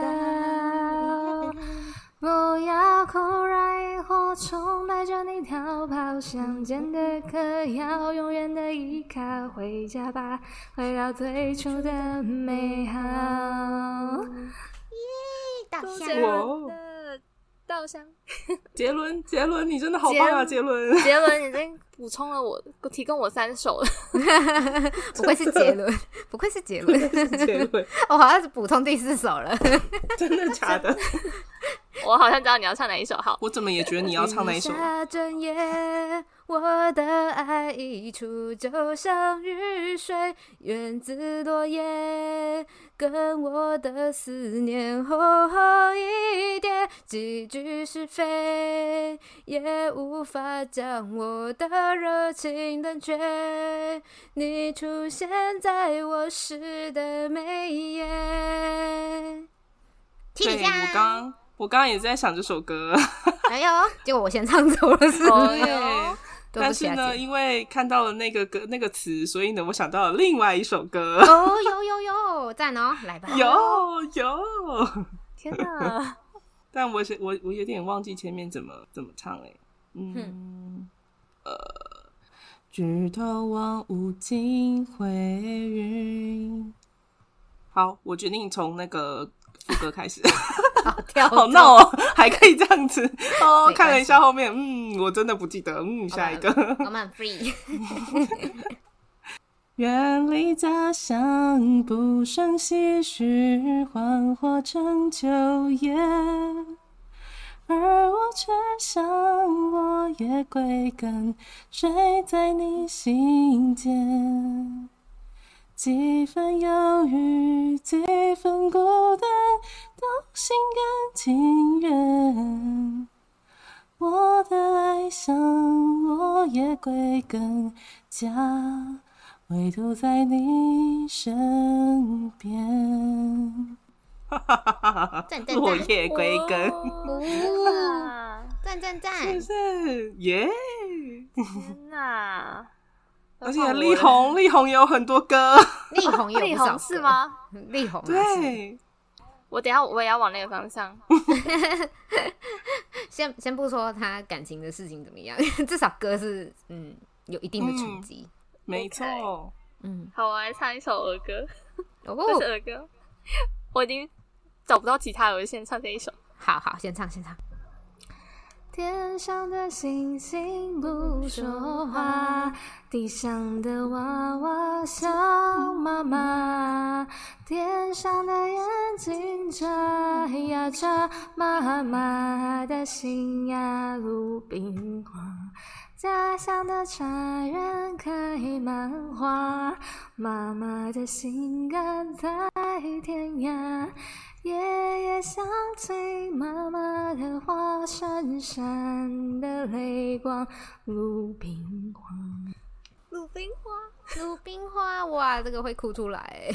S3: 不要哭，让萤火虫带着你逃跑，想见的歌谣，永远的依靠，回家吧，回到最初的美好。
S1: 稻
S3: 周
S1: 香
S3: 杰伦
S2: 伦
S3: 的《稻香》。
S2: 杰伦杰伦，你真的好棒啊，
S3: 杰
S2: 杰伦，
S3: 杰伦已经补充了我，提供我三首了。
S1: 不愧是杰 伦，不愧是杰伦，
S2: 杰伦，
S1: 我好像是补充第四首了。
S2: 真的假的？
S3: 我好像知道你要唱哪一首，好，
S2: 我怎么也觉得你要唱那一首
S1: 雨？下整夜，我的爱溢出，就像雨水源自落叶，跟我的思念厚厚一叠，几句是非也无法将我的热情冷却。你出现在我诗的每一页。
S2: 对，我刚我刚刚也在想这首歌，
S1: 没有，结果哎我先唱走了，是
S3: 哦
S1: 吗？
S3: 哟，
S1: 对不
S2: 但
S1: 起
S2: 是
S1: 啊，
S2: 呢，
S1: 姐
S2: 因为看到了那个歌那个词，所以呢，我想到了另外一首歌，
S1: 哦，有有有，赞哦，来吧。
S2: 有有，
S3: 天哪！
S2: 但我是我我有点忘记前面怎么怎么唱哎、嗯呃，举头望
S4: 无尽回云，
S2: 好，我决定从那个副歌 开始，
S1: 跳
S2: 好闹哦，还可以这样 子哦
S1: 没关系。
S2: 看了一下后面，嗯，我真的不记得，嗯，下一个，
S1: 我们很 free。
S4: 远离家乡，不胜唏嘘，幻化成秋叶。而我却想，落叶归根，睡在你心间。几分忧郁，几分孤单，都心甘情愿。我的爱像落叶归根，家唯独在你身边。
S1: 赞赞赞
S2: 落叶归 根，
S1: 哦，赞赞
S2: 就
S1: 赞！
S2: 是耶。
S3: 天哪！
S2: 而且力宏，力宏也有很多歌，
S1: 力宏也
S3: 力
S1: 有不少
S3: 宏
S1: 歌
S3: 是？吗？
S1: 力宏啊是
S2: 对，
S3: 我等一下我也要往那个方向。
S1: 先先不说他感情的事情怎么样， 至少歌是嗯有一定的成绩。
S2: 没错。
S1: 嗯，
S3: 好，我来唱一首儿歌，
S1: 哦，
S3: 这是儿歌，我已经找不到吉他了，我就先唱这一首。
S1: 好好，先唱先唱。
S3: 天上的星星不说话，地上的娃娃想妈妈，天上的眼睛眨呀眨，妈妈的心呀鲁冰花。家乡的茶园开满花，妈妈的心肝在天涯。夜夜想起妈妈的话，闪闪的泪光，如冰花。鲁冰花，
S1: 鲁冰花，哇，这个会哭出来欸。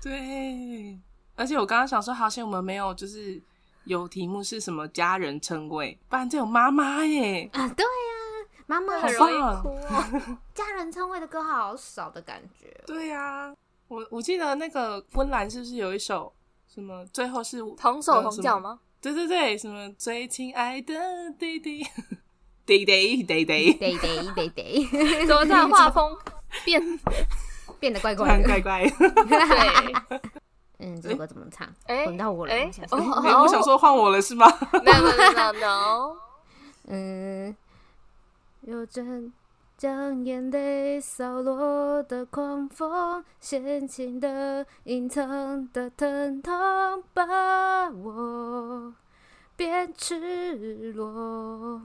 S2: 对，而且我刚刚想说，好险我们没有就是有题目是什么家人称谓，不然这有妈妈耶。
S1: 啊，对呀、妈妈
S3: 很
S2: 好
S3: 容
S2: 棒
S3: 易
S2: 啊
S3: 哭哦。
S1: 家人称谓的歌好少的感觉。
S2: 对呀、我我记得那个温岚是不是有一首什么？最后是
S3: 同手同脚？吗？
S2: 对对对，什么最亲爱的弟弟，弟弟弟弟，
S1: 得得得得，
S3: 怎么突然画风变？
S1: 变得怪
S2: 突
S1: 怪
S2: 然
S1: 的。
S2: 怪怪。
S3: 对，
S1: 嗯，这首歌怎么唱？
S3: 哎
S1: 轮到我了，
S3: 哎
S1: 我想
S3: 哦
S1: 想
S2: 没 有，我想说换我了是吗？
S3: 没有没有没有没 有，
S1: 嗯，有阵将眼泪扫落的狂风，深情的、隐藏的疼痛，把我变赤裸。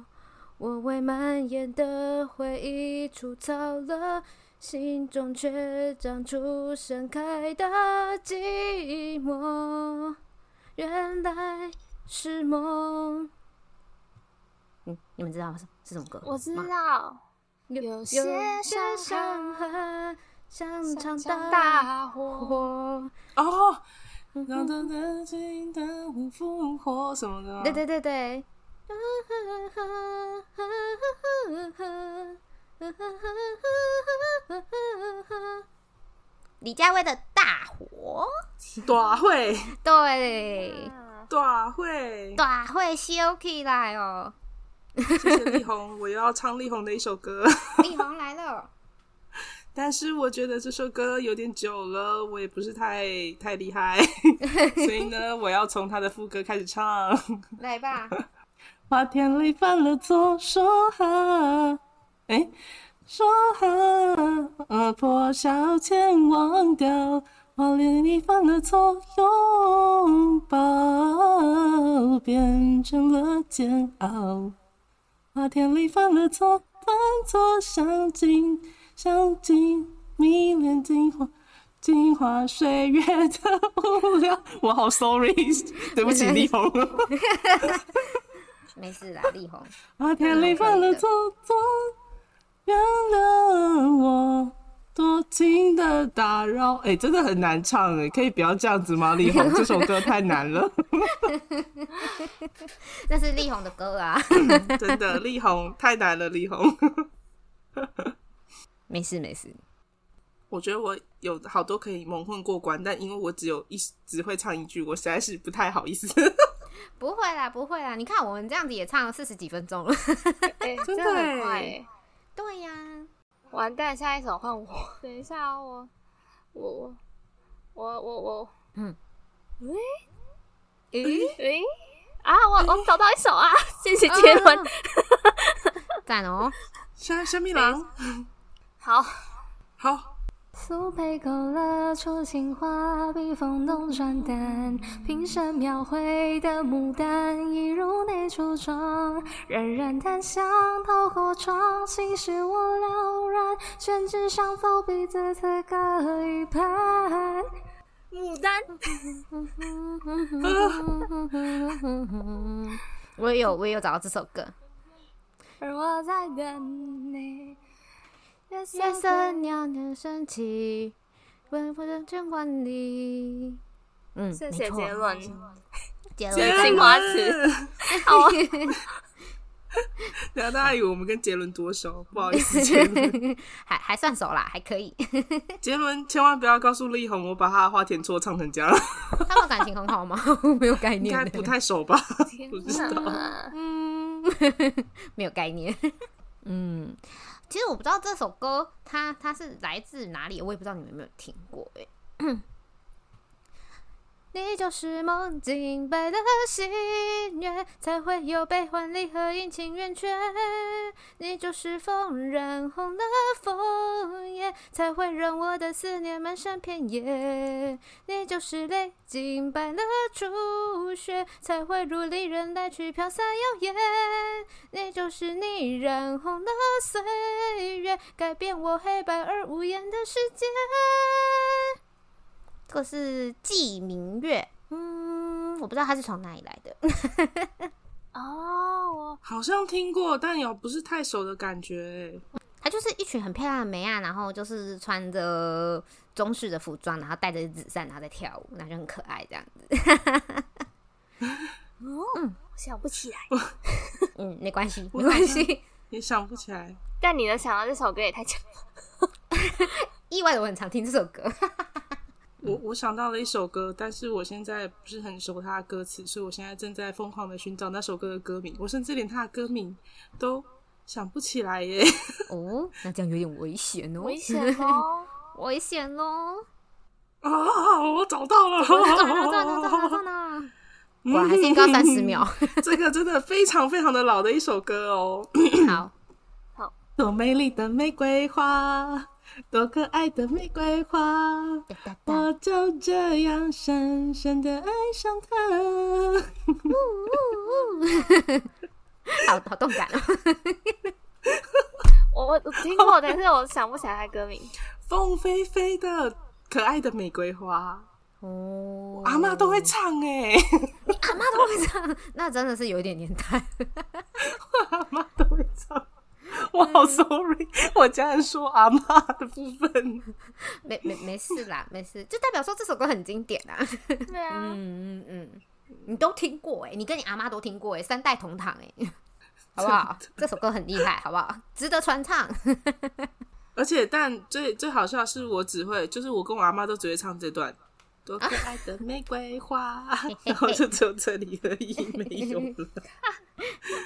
S1: 我为蔓延的回忆除草了，心中却长出盛开的寂寞。原来是梦。嗯，你们知道是是什么歌？
S3: 我知
S1: 吗
S3: 道
S1: 有
S3: 有
S1: 有
S3: 些
S1: 些
S3: 伤
S1: 伤痕像场
S3: 像
S1: 大
S3: 大火，
S1: 火。
S2: 哦，让他的心的无复活什么的吗？
S1: 对对对对。李佳薇的《大火
S2: 大会》，
S1: 对，
S2: 大啊会，
S1: 大会修起来哦。
S2: 谢谢力宏，我又要唱力宏的一首歌，
S1: 力宏来了，
S2: 但是我觉得这首歌有点久了，我也不是太太厉 害，所以呢，我要从他的副歌开始唱。
S1: 来吧。
S4: 花田里犯了错，说好，哎，说好，呃，破晓前忘掉。花田里犯了错，拥抱变成了煎熬。花田里犯了错，犯错伤尽，伤尽迷恋进化，镜花水月的无聊。我好 sorry，对不起，力宏。
S1: 没事啦，力宏。
S4: 花田里犯了错，错，原谅我多情的打扰。
S2: 哎、真的很难唱哎，可以不要这样子吗？力宏，这首歌太难了，
S1: 那是力宏的歌啊。
S2: 真的，力宏太难了，力宏。
S1: 没事没事，
S2: 我觉得我有好多可以蒙混过关，但因为我只有一只会唱一句，我实在是不太好意思。
S1: 不会啦不会啦。你看我们这样子也唱了四十几分钟了。
S3: 哎，
S2: 真
S3: 真
S2: 的
S3: 的很
S2: 哎
S3: 快哎。
S1: 对呀、
S3: 完蛋，下一首换我。等一下哦，我我我我我我，
S1: 嗯，
S3: 喂
S1: 咦、
S3: 喂啊，我我找到一首啊，谢谢杰伦。
S1: 啊 赞哦！
S2: 虾虾米郎，
S3: 好，
S2: 好，
S3: 素胚勾勒出情花，笔锋浓转淡，瓶身描绘的牡丹一如你初妆，冉冉檀香透过窗，心事我了然，宣纸上否必字字各一半。 牡丹，
S1: 我也有，我也有找到这首歌。
S3: 而我在等你。夜
S1: 夜
S3: 归
S1: 色袅袅升起，微风阵阵管理。嗯，
S3: 谢
S1: 没
S3: 谢
S1: 错
S3: 杰伦，
S1: 杰
S3: 杰
S1: 伦
S3: 伦，青花瓷。好啊，
S2: 然后大家以为我们跟杰伦多熟，不好意思，杰伦，
S1: 还还算熟啦，还可以。
S2: 杰伦千万不要告诉力宏，我把他的花田错唱成这 样，
S1: 他们感情很好吗？ 我没有概
S2: 应
S1: 念
S2: 该
S1: 的，
S2: 不太熟吧？
S3: 天
S2: 不知道
S3: 哪！
S1: 嗯， 没有概念。 嗯，其实我不知道这首歌它它是来自哪里，我也不知道你们有没有听过、欸。你就是梦境般的心愿，才会有悲欢离合阴晴圆缺。你就是风染红了枫叶，才会让我的思念漫山遍野。你就是泪浸白了初雪，才会如离人来去飘散耀眼。你就是你染红了岁月，改变我黑白而无言的世界。这个是季明月，嗯，我不知道他是从哪里来的。
S3: 哦，我
S2: 好像听过，但有不是太熟的感觉。欸
S1: 她就是一群很漂亮的美亚，然后就是穿着中式的服装，然后带着纸扇，然后在跳舞，然后就很可爱这样子。
S3: 哦，想不起来。
S1: 嗯，没关系，
S2: 我
S1: 没关
S2: 好像
S1: 系。
S2: 也想不起来。
S3: 但你能想到这首歌也太强了。
S1: 意外的，我很常听这首歌。
S2: 我我想到了一首歌，但是我现在不是很熟它的歌词，所以我现在正在疯狂的寻找那首歌的歌名，我甚至连它的歌名都想不起来耶。
S1: 哦，那这样有点危险哦，
S3: 危 险哦！
S1: 危险 喽！
S2: 啊，我找到了，
S1: 我撞了，撞了，撞了，撞 了！果然还限高三十秒。
S2: 嗯这个真的非常非常的老的一首歌哦。
S1: 好，
S2: 多美丽的玫瑰花，多可爱的玫瑰花，
S1: 哒哒哒
S2: 我就这样深深的爱上它。
S1: 好好动感哦。
S3: 我我我听过，但是我想不起来它歌名。
S2: 凤飞飞的可爱的玫瑰花，
S1: 哦，
S2: 阿嬷都会唱哎、
S1: 阿妈都会唱， 那真的是有一点年代。
S2: 阿嬷都会唱。我好 sorry，、我家人说阿嬷的部分，
S1: 没没没事啦， 没事，就代表说这首歌很经典啊。
S3: 对啊，
S1: 嗯嗯嗯，你都听过哎、你跟你阿妈都听过哎、三代同堂 哎、好不好？这首歌很厉害，好不好？值得传唱。
S2: 而且但最最好笑的是，我只会就是我跟我阿嬷都只会唱这段。多可爱的玫瑰 花，然后就只有这里而已，没有 了。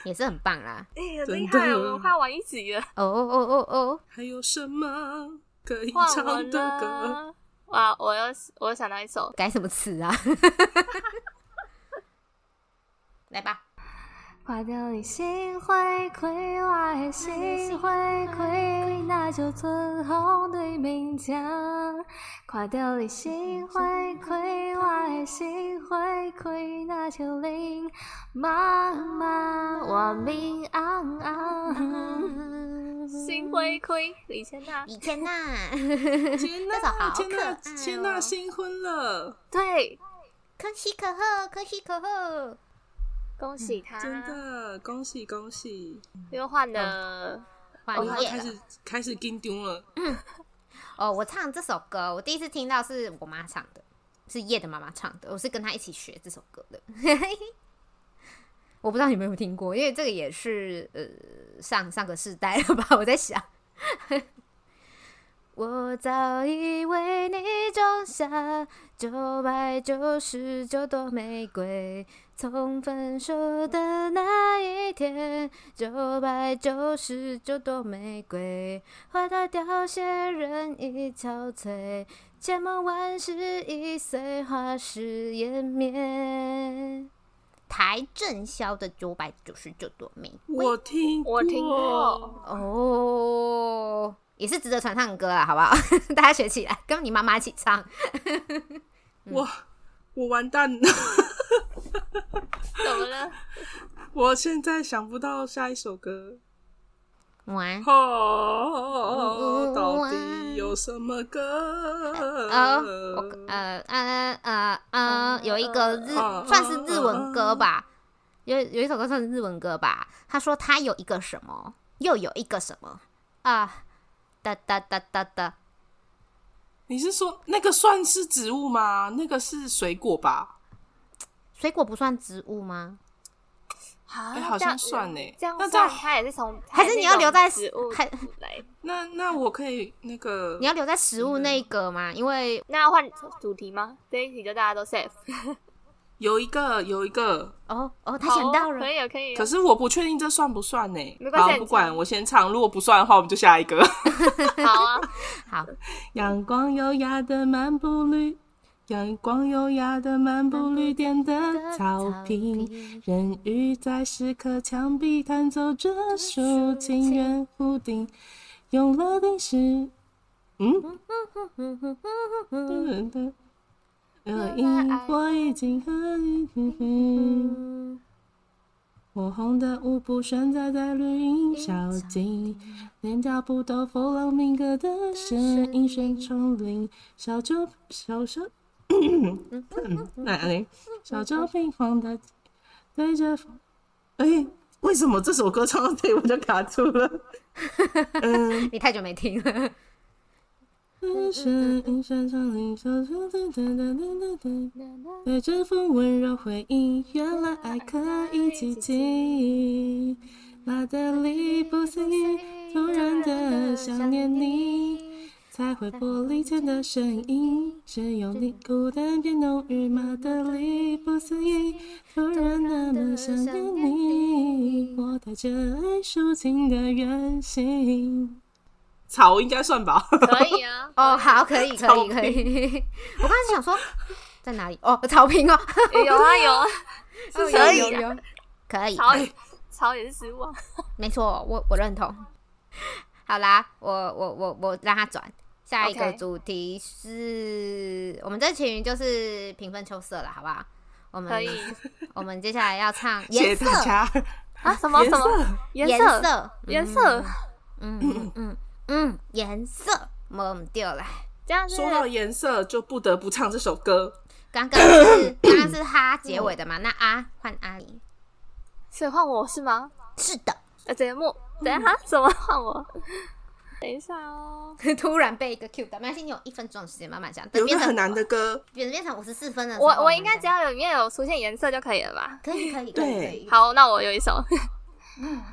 S1: 也是很棒啦。
S3: 哎，很厉
S2: 真
S3: 害，
S2: 的
S3: 我们快玩一集了，
S1: 哦哦哦哦，
S2: 还有什么可以
S3: 换
S2: 唱
S3: 我
S2: 的歌？
S3: 了。哇，我又我又想到一首，
S1: 改什么词啊？来吧，
S3: 挂掉你心花开，我的心花开，那就春风对面照。看到你心花开，我的心花开，那就恁妈妈我面红红。
S1: 嗯
S3: 心花开，李千娜。
S1: 以 前呐、
S2: 天
S1: 这首好
S2: 呐， 天
S1: 可爱
S2: 呐
S1: 哦，
S2: 天呐，新婚了，
S3: 对，
S1: 可喜可贺，可喜可贺。
S3: 恭喜他，
S2: 嗯真的，恭喜恭喜！
S3: 又换了。
S2: 我
S1: 换
S2: 要
S1: 夜
S2: 开
S1: 了
S2: 始开始跟丢了，
S1: 哦，我唱这首歌，我第一次听到是我妈唱的，是叶的妈妈唱的，我是跟她一起学这首歌的。 我不知道你们有没有听过，因为这个也是呃上上个世代了吧？我在想， 我早已为你种下九百九十九朵玫瑰，从分手的那一天，九百九十九朵玫瑰。花它凋谢，人已憔悴，千梦万事已随花时湮灭。台正宵的九百九十九朵玫瑰
S2: 我听
S3: 我听过，
S1: 哦，也是值得传唱的歌啊，好不 好？大家学起来，跟你妈妈一起唱。
S2: 我我完蛋了，
S3: 怎么了？
S2: 我现在想不到下一首歌。
S1: 晚安。
S2: 哦，到底有什么
S1: 呃，
S2: 歌？
S1: 我呃呃呃呃，有一个日
S2: 哦
S1: 算是日文歌吧，有有一首歌算是日文歌吧。他说他有一个什么，又有一个什么啊，哒哒哒哒哒，
S2: 你是说那个算是植物吗？那个是水果吧？
S1: 水果不算植物吗？
S3: 好
S2: 哎好像算欸
S3: 啊这样
S2: 那这
S3: 算
S2: 样
S3: 它也是从，
S1: 还是你要留在
S3: 植物
S1: 还
S3: 来？
S2: 那那我可以那个
S1: 你要留在食物那一个吗？因为
S3: 那要换主题吗？这一题就大家都 safe。
S2: 有一个有一个，
S1: 哦哦，他想到
S3: 好哦可
S1: 了，
S3: 以哦，可以哦。
S2: 可是我不确定这算不算呢？
S3: 没关系
S2: 好不管，我先唱。如果不算的话，我们就下一个。
S3: 好啊，
S1: 好，
S2: 阳光优雅的漫步绿，阳光优雅的漫步绿点的草坪，人鱼在石刻墙壁弹奏这首情缘互定，用了定时，嗯，嗯呃，因我已经很。
S1: 嗯，
S2: 火红的舞步悬载在绿荫小径，连脚步都浮浪民歌的声音旋冲铃，小酒小手，哎哪里？小酒瓶晃的对着风，哎、为什么这首歌唱到这里我就卡住了？嗯，
S1: 你太久没听了，
S4: 一闪一闪长林小树，噔噔噔噔噔噔，对着风温柔回应，原来爱可以奇迹。马德里不思议，突然的想念你，才会玻璃前的声音，只有你孤单变浓郁。马德里不思议，突然那么想念你，我带着爱抒情的原型。
S2: 草应该算吧。
S3: 可以啊。
S1: 哦，好，可以，可
S2: 草
S1: 以，
S2: 坪
S1: 可以。 我刚才想说在哪里？哦，草坪哦，
S3: 有啊有啊，
S1: 可
S3: 可以
S1: 有有可以，
S3: 草也草也是失望。
S1: 没错，我我认同。好啦，我我我我让他转。下一个
S3: OK
S1: 主题是我们这群就是平分秋色了，好不好？我
S3: 可
S1: 们
S3: 以
S1: 我们接下来要唱
S2: 谢
S1: 颜
S2: 谢
S1: 色，
S2: 大家。
S3: 啊？什么
S2: 颜
S3: 什
S2: 色
S3: 么颜
S1: 颜
S3: 色？
S1: 色，
S3: 颜色？
S1: 嗯，嗯嗯嗯嗯，颜色，我们掉了。
S3: 这样是
S2: 说到颜色，就不得不唱这首歌。
S1: 刚刚是刚刚是哈结尾的嘛？那啊换阿里，
S3: 所以换我是吗？
S1: 是的，
S3: 呃，节目等一下 怎么换我？等一下哦。
S1: 突然被一个 Q 到，没关系，你有一分钟的时间慢慢想，等
S2: 有一
S1: 变
S2: 个
S1: 成
S2: 很难的歌，
S1: 变变成五十四分的时候
S3: 我
S1: 慢慢讲，
S3: 我应该只要有里面有出现颜色就可以了吧？
S1: 可以可以可以
S2: 对
S1: 可以，
S3: 好，那我有一首。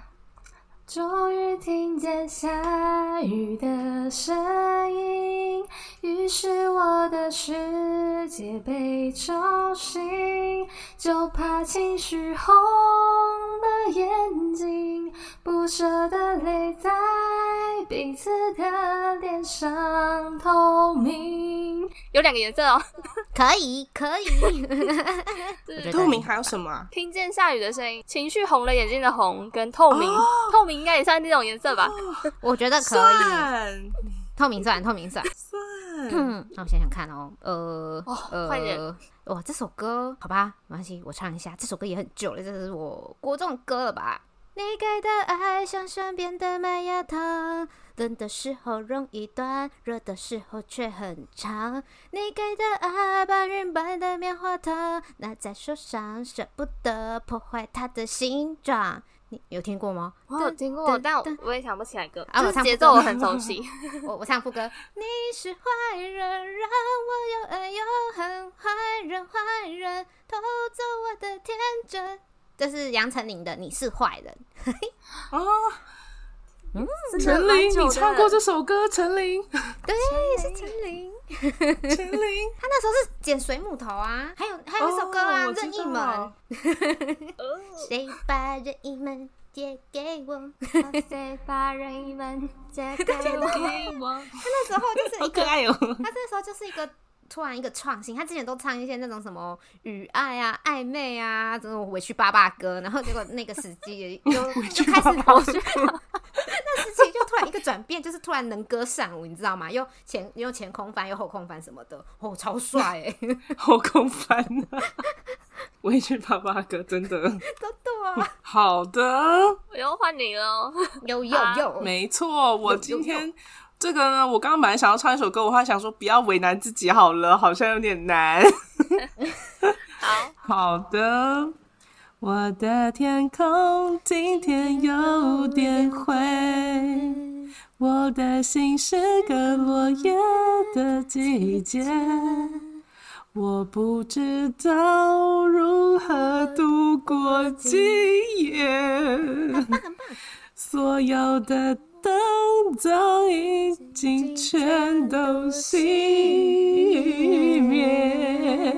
S5: 终于听见下雨的声音，于是我的世界被吵醒，就怕情绪红了眼睛，不舍的泪在彼此的脸上透明。
S3: 有两个颜色哦。
S1: 可以，可以。
S3: 是
S2: 透明还有什么啊？
S3: 听见下雨的声音，情绪红了眼睛的红跟透明，透明应该也算这种颜色吧？
S1: 我觉得可以，
S2: 算
S1: 透明算，透明算。
S2: 算，
S1: 嗯，那我想想看哦，呃，
S3: 哦换人
S1: 呃，哇，这首歌好吧，没关系，我唱一下。这首歌也很久了，这是我国中的歌了吧？你给的爱像身边的麦芽糖，冷的时候容易断，热的时候却很长。你给的爱把云般的棉花糖拿在手上，舍不得破坏它的形状。你有听过吗？
S3: 我有听过，但我也想不起来歌，
S1: 啊
S3: 就
S1: 我
S3: 是
S1: 唱
S3: 节
S1: 不
S3: 奏
S1: 动
S3: 我很熟 悉。
S1: 我我唱副歌，你是坏人，让我又爱又恨，坏人坏人偷走我的天真。这是杨丞琳的《你是坏人》，
S2: 哦，
S3: 真的
S2: 陈琳，
S3: 蛮久
S2: 你
S3: 的
S2: 唱过这首歌？陈琳，
S1: 对，是陈琳。
S2: 陈琳，
S1: 她那时候是捡水母头啊，还有还有一首歌啊，
S2: 哦
S1: 任意门》，谁把任意门借给我？
S5: 谁把任意门借给我？
S1: 那时候就是
S2: 好
S1: 一
S2: 可
S1: 个
S2: 爱哦。
S1: 他这时候就是一个突然一个创新，他之前都唱一些那种什么语爱啊、暧昧啊这种委屈巴巴歌，然后结果那个时机 也就就开始
S2: 巴巴
S1: 我觉得那时期就突然一个转变，就是突然能歌善舞，你知道吗？又前又前空翻又后空翻什么的，哦，超帅哎、
S2: 后空翻啊！ 我也去爸爸哥，真的。
S1: 真的 啊，
S2: 好的，
S3: 我又换你了，哦
S1: 有有有，
S2: 啊没 错，我今天。这个呢，我刚刚本来想要唱一首歌，我还想说不要为难自己好了，好像有 点难。
S3: 好，
S2: 好的，我的天空今天有点灰，我
S1: 嗯
S2: 的心是个落叶的季节，我不知道如何度过今夜。所有的灯早已经全都熄灭。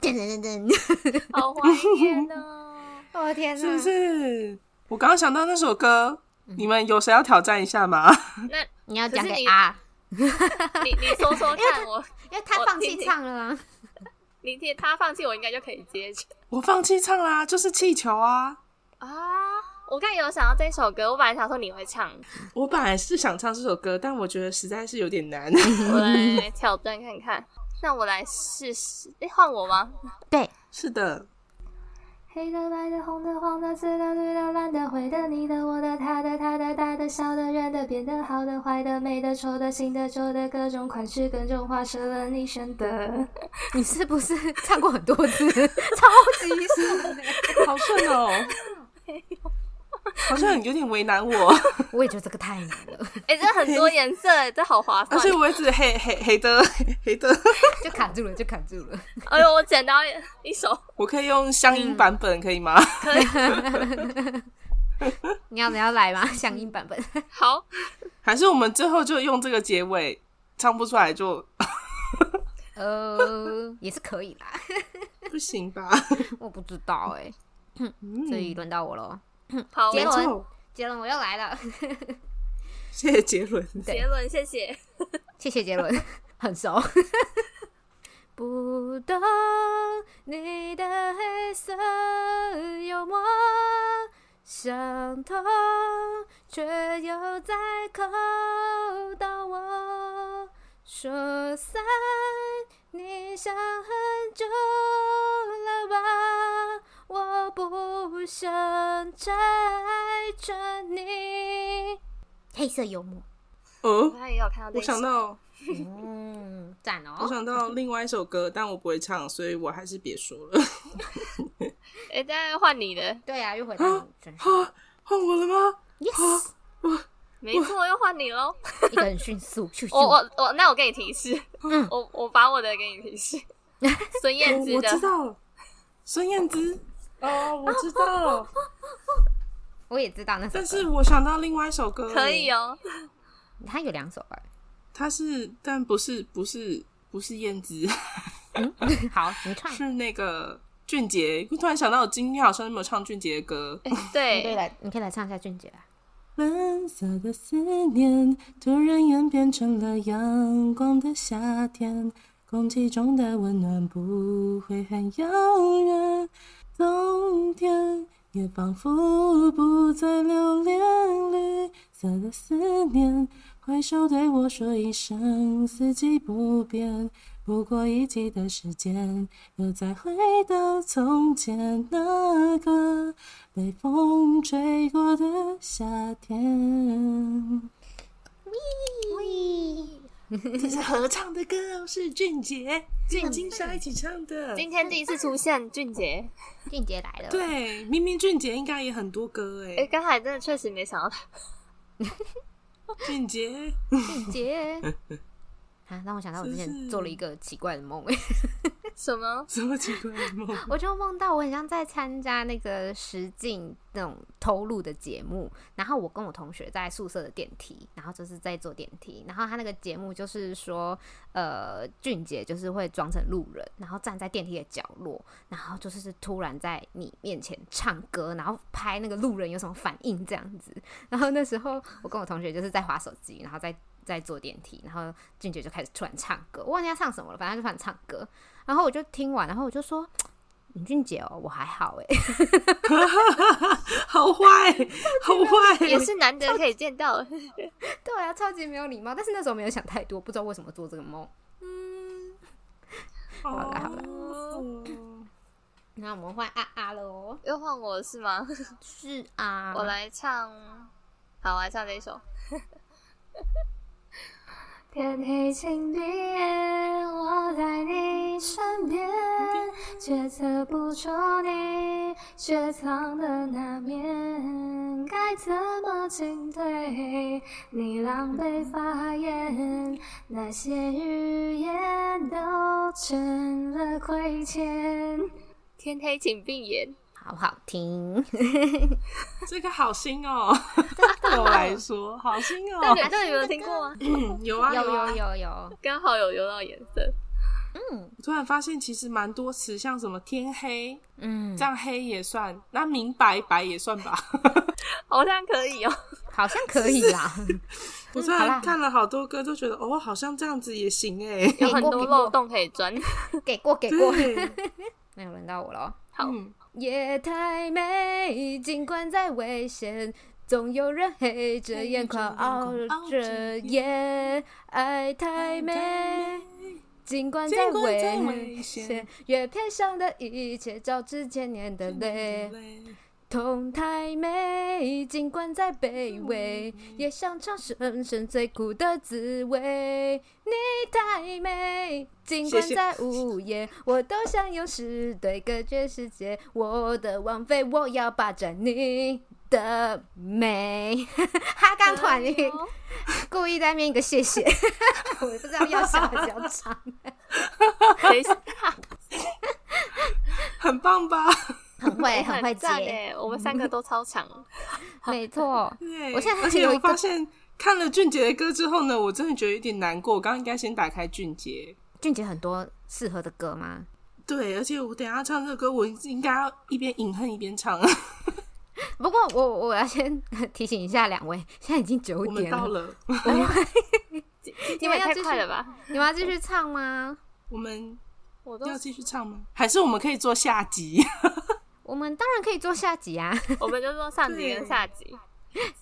S1: 噔噔噔噔，
S3: 好怀念哦。
S1: 我的天
S2: 是不
S1: 哪！
S2: 是？我刚刚想到那首歌，
S1: 嗯
S2: 你们有谁要挑战一下吗？
S3: 那
S1: 你要讲
S3: 可是
S1: 给
S3: 你
S1: 啊，
S3: 你你说说 看，我
S1: 因为他
S3: 我
S1: 放
S3: 听
S1: 弃
S3: 听
S1: 唱了啊，
S3: 你听他放弃，我应该就可以接着
S2: 我放弃唱啦，就是气球啊！
S3: 啊。我刚才有想到这首歌，我本来想说你 会唱，
S2: 我本来是想唱这首歌，但我觉得实在是有点难。
S3: 我来挑战看看。那我来试试，诶，换我 吗？
S1: 对，
S2: 是的，
S5: 黑的、白的、红的、黄的、紫的、绿的、蓝的、灰的、你的、我的、他的、她的、大的、小的、圆的、扁的、好的、坏的、美的、丑的、新的、旧的，各种款式、各种花色任你选的。
S1: 你 是不是唱过很多次？超级顺、欸，
S2: 好顺哦！ 好像有点为难我，
S1: 我也觉得这个太难了，
S3: 哎、这很多颜色，这好划
S2: 而
S3: 算
S2: 且。啊我一直黑黑黑的 黑的，
S1: 就卡住了，就卡住了。
S3: 哎呦，我捡到一首，
S2: 我可以用乡音版本可以吗？
S1: 你要你要来吗？ 响应版本，
S3: 好，
S2: 还是我们最后就用这个结尾，唱不出来就
S1: 呃，也是可以啦。
S2: 不行吧？
S1: 我不知道哎、所以轮到我喽。
S3: 好，
S1: 结
S2: 没
S1: 果
S3: 我
S2: 错，
S1: 杰伦，我又来了，
S2: 谢谢杰伦。
S3: 杰伦，谢谢。
S1: 谢谢杰伦， 很熟。不懂你的黑色幽默，伤痛却又在扣到我。说散，你想很久了吧？我不想拆穿你。黑色幽默，
S2: 哦，
S3: 他也有看到这
S2: 我
S3: 一首
S2: 想，到
S1: 嗯，赞哦。
S2: 我想到另外一首歌，但我不会唱，所以我还是别说了。
S3: 哎、但换你的，
S1: 对啊，又回到你身上。
S2: 啊，换我了吗？
S1: yes，
S3: 没错，又换你喽。
S1: 一个很迅速，咻
S3: 我
S1: 咻。
S3: 我我，那我给你提示，
S2: 嗯
S3: 我我把我的给你 提示，孙燕
S2: 我
S3: 姿
S2: 我
S3: 的
S2: 知道了，孙燕姿。哦，我知道了，
S1: 我也知道那首歌，
S2: 但是我想到另外一首歌，
S3: 可以，哦，
S1: 他有两首 吧？
S2: 它是，但不是，不是，不是燕姿，
S1: 好，你唱。
S2: 是那个俊杰。突然想到，我今天好像没有唱俊杰的歌，
S1: 你可以
S3: 对，
S1: 来，你可以来唱一下俊杰啊。
S4: 蓝色的思念突然演变成了阳光的夏天，空气中的温暖不会很遥远，冬天也仿佛不再留恋。绿色的思念，挥手对我说一声四季不变，不过一季的时间，又再回到从前那个。被风吹过的夏天。
S2: 这是合唱的歌，是俊杰、跟金莎一起唱的。
S3: 今天第一次出现俊杰，
S1: 俊杰来了，，
S2: 对，明明俊杰应该也很多歌
S3: 哎、
S2: 哎，
S3: 刚才真的确实没想到他，
S2: 俊杰
S1: 俊 杰。啊，让我想到我之
S2: 是不
S1: 前
S2: 是
S1: 做了一个奇怪的梦，
S3: 什么？
S2: 什么奇怪的梦？
S1: 我就梦到我很像在参加那个实境那种偷录的节目，然后我跟我同学在宿舍的电梯，然后就是在坐电梯，然后他那个节目就是说，呃，俊杰就是会装成路人，然后站在电梯的角落，然后就是突然在你面前唱歌，然后拍那个路人有什么反应这样子。然后那时候我跟我同学就是在划手机，然后在在坐电梯，然后俊杰就开始突然唱歌，我忘记他唱什么了，反正他就突然唱歌，然后我就听完，然后我就说。林俊杰哦，我还好 哎，
S2: 好坏，好坏
S3: 也。是难得可以见到，
S1: 对啊，超级没有礼貌。但是那时候没有想太多，不知道为什么做这个梦。
S2: 好
S1: 了好了
S2: 哦
S1: 那我们换啊啊了哦，
S3: 又换我是吗？
S1: 是啊，
S3: 我来唱，好，我来唱这一首。
S5: 天黑请闭眼，我在你身边，却测不出你雪藏的那面，该怎么进退？你狼狈发言，那些语言都成了亏欠。
S3: 天黑请闭眼，
S1: 好好听。
S2: 这个好新哦，对我来说好新
S3: 那
S2: 哦
S3: 你。那你们有听过吗？
S2: 嗯有啊
S1: 哦有
S2: 有啊
S1: 有，有有，
S3: 刚好有流到颜色，
S2: 我突然发现其实蛮多词，像什么天黑，
S1: 嗯
S2: 这，样黑也算，那明白白也算吧。
S3: 好像可以哦。
S1: 好像可以啦。
S2: 我突
S1: 嗯好啦
S2: 然看了好多歌，都觉得哦，好像这样子也 行哎。
S1: 给
S3: 有很
S1: 过
S3: 多
S1: 给过
S3: 漏洞可以 钻。
S1: 给过给过，
S2: 对，
S1: 没有轮到我了。哦
S3: 好，
S2: 嗯
S1: 夜太美，尽管再危险，总有人黑着眼眶熬着夜。爱太美，尽管再
S2: 见过
S1: 危
S2: 最
S1: 险，
S2: 危险。
S1: 越偏上的一切交织千年的泪。痛太美，尽管再卑微，也想尝深深最苦的滋味。你太美，尽管
S2: 谢谢
S1: 再无言，我都想用诗对隔绝世界。我的王妃，我要霸占你。的美。他刚突 然
S3: 哎呦
S1: 故意在念一个谢谢，我也不知道要笑还是要唱。
S3: 等一下
S2: 很棒吧？
S1: 很 会，
S3: 哎很
S1: 很会
S3: 赞欸
S1: 接，
S3: 耶！我们三个都超 强，
S1: 没错。
S2: 对，
S1: 我现在
S2: 而
S1: 还
S2: 且
S1: 有
S2: 我
S1: 一
S2: 发
S1: 个
S2: 现看了俊杰的歌之后呢，我真的觉得有点难过。我刚刚应该先打开俊杰。
S1: 俊杰很多适合的歌吗？
S2: 对，而且我等一下唱这个歌，我应该要一边饮恨一边唱。
S1: 不过我我要先 提醒一下两位，现在已经九
S2: 我们
S1: 点
S2: 到
S1: 了，
S2: 了，
S3: 你
S1: 们
S3: 们
S1: 要
S3: 太
S1: 继续
S3: 快了吧？
S1: 你们要继续唱吗？
S2: 我们
S3: 我都
S2: 要继续唱吗？还是我们可以做下集？
S1: 我们当然可以做下集啊，
S3: 我们就说上集跟下集，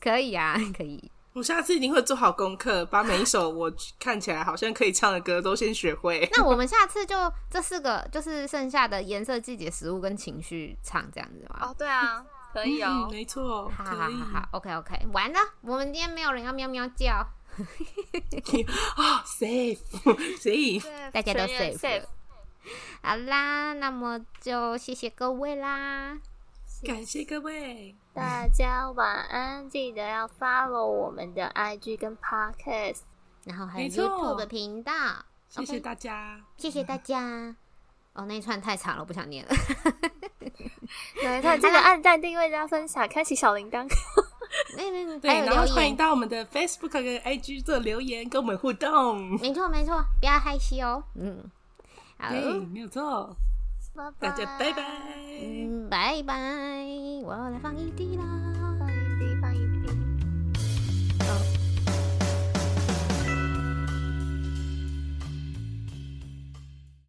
S1: 可以啊，可以。
S2: 我下次一定会做好功课，把每一首我看起来好像可以唱的歌都先学会。
S1: 那我们下次就这四个，就是剩下的颜色、季节、食物跟情绪唱这样子吗？
S3: 哦，对啊，可以
S2: 嗯，
S3: 哦。
S2: 没错，
S1: 好好
S2: 可以
S1: 好好，OK OK，完了，我们今天没有人要喵喵叫，
S2: 啊，safe safe。
S3: 对
S1: 大家都
S3: 全员
S1: safe 了好啦，那么就谢谢各位啦，
S2: 感谢各位，
S3: 大家晚安，记得要 follow 我们的 IG 跟 Podcast。
S1: 然后还有
S2: 没错
S1: YouTube 的频道，
S2: 谢谢大家。
S1: 谢谢大家。哦，那一串太长了，我不想 念了。
S3: 对，他记得按赞、订阅、加分享，开启小铃铛。
S1: 没没没，
S2: 对
S1: 还，有
S2: 然
S1: 留
S2: 后欢迎
S1: 言，
S2: 到我们的 Facebook 跟 IG 做留言，跟我们互动。
S1: 没错没错，不要害羞哦。嗯，好，嗯
S2: 对，没有错。大家拜拜。
S1: 嗯，拜拜，我要来放一滴啦。
S3: 放一滴，放一滴。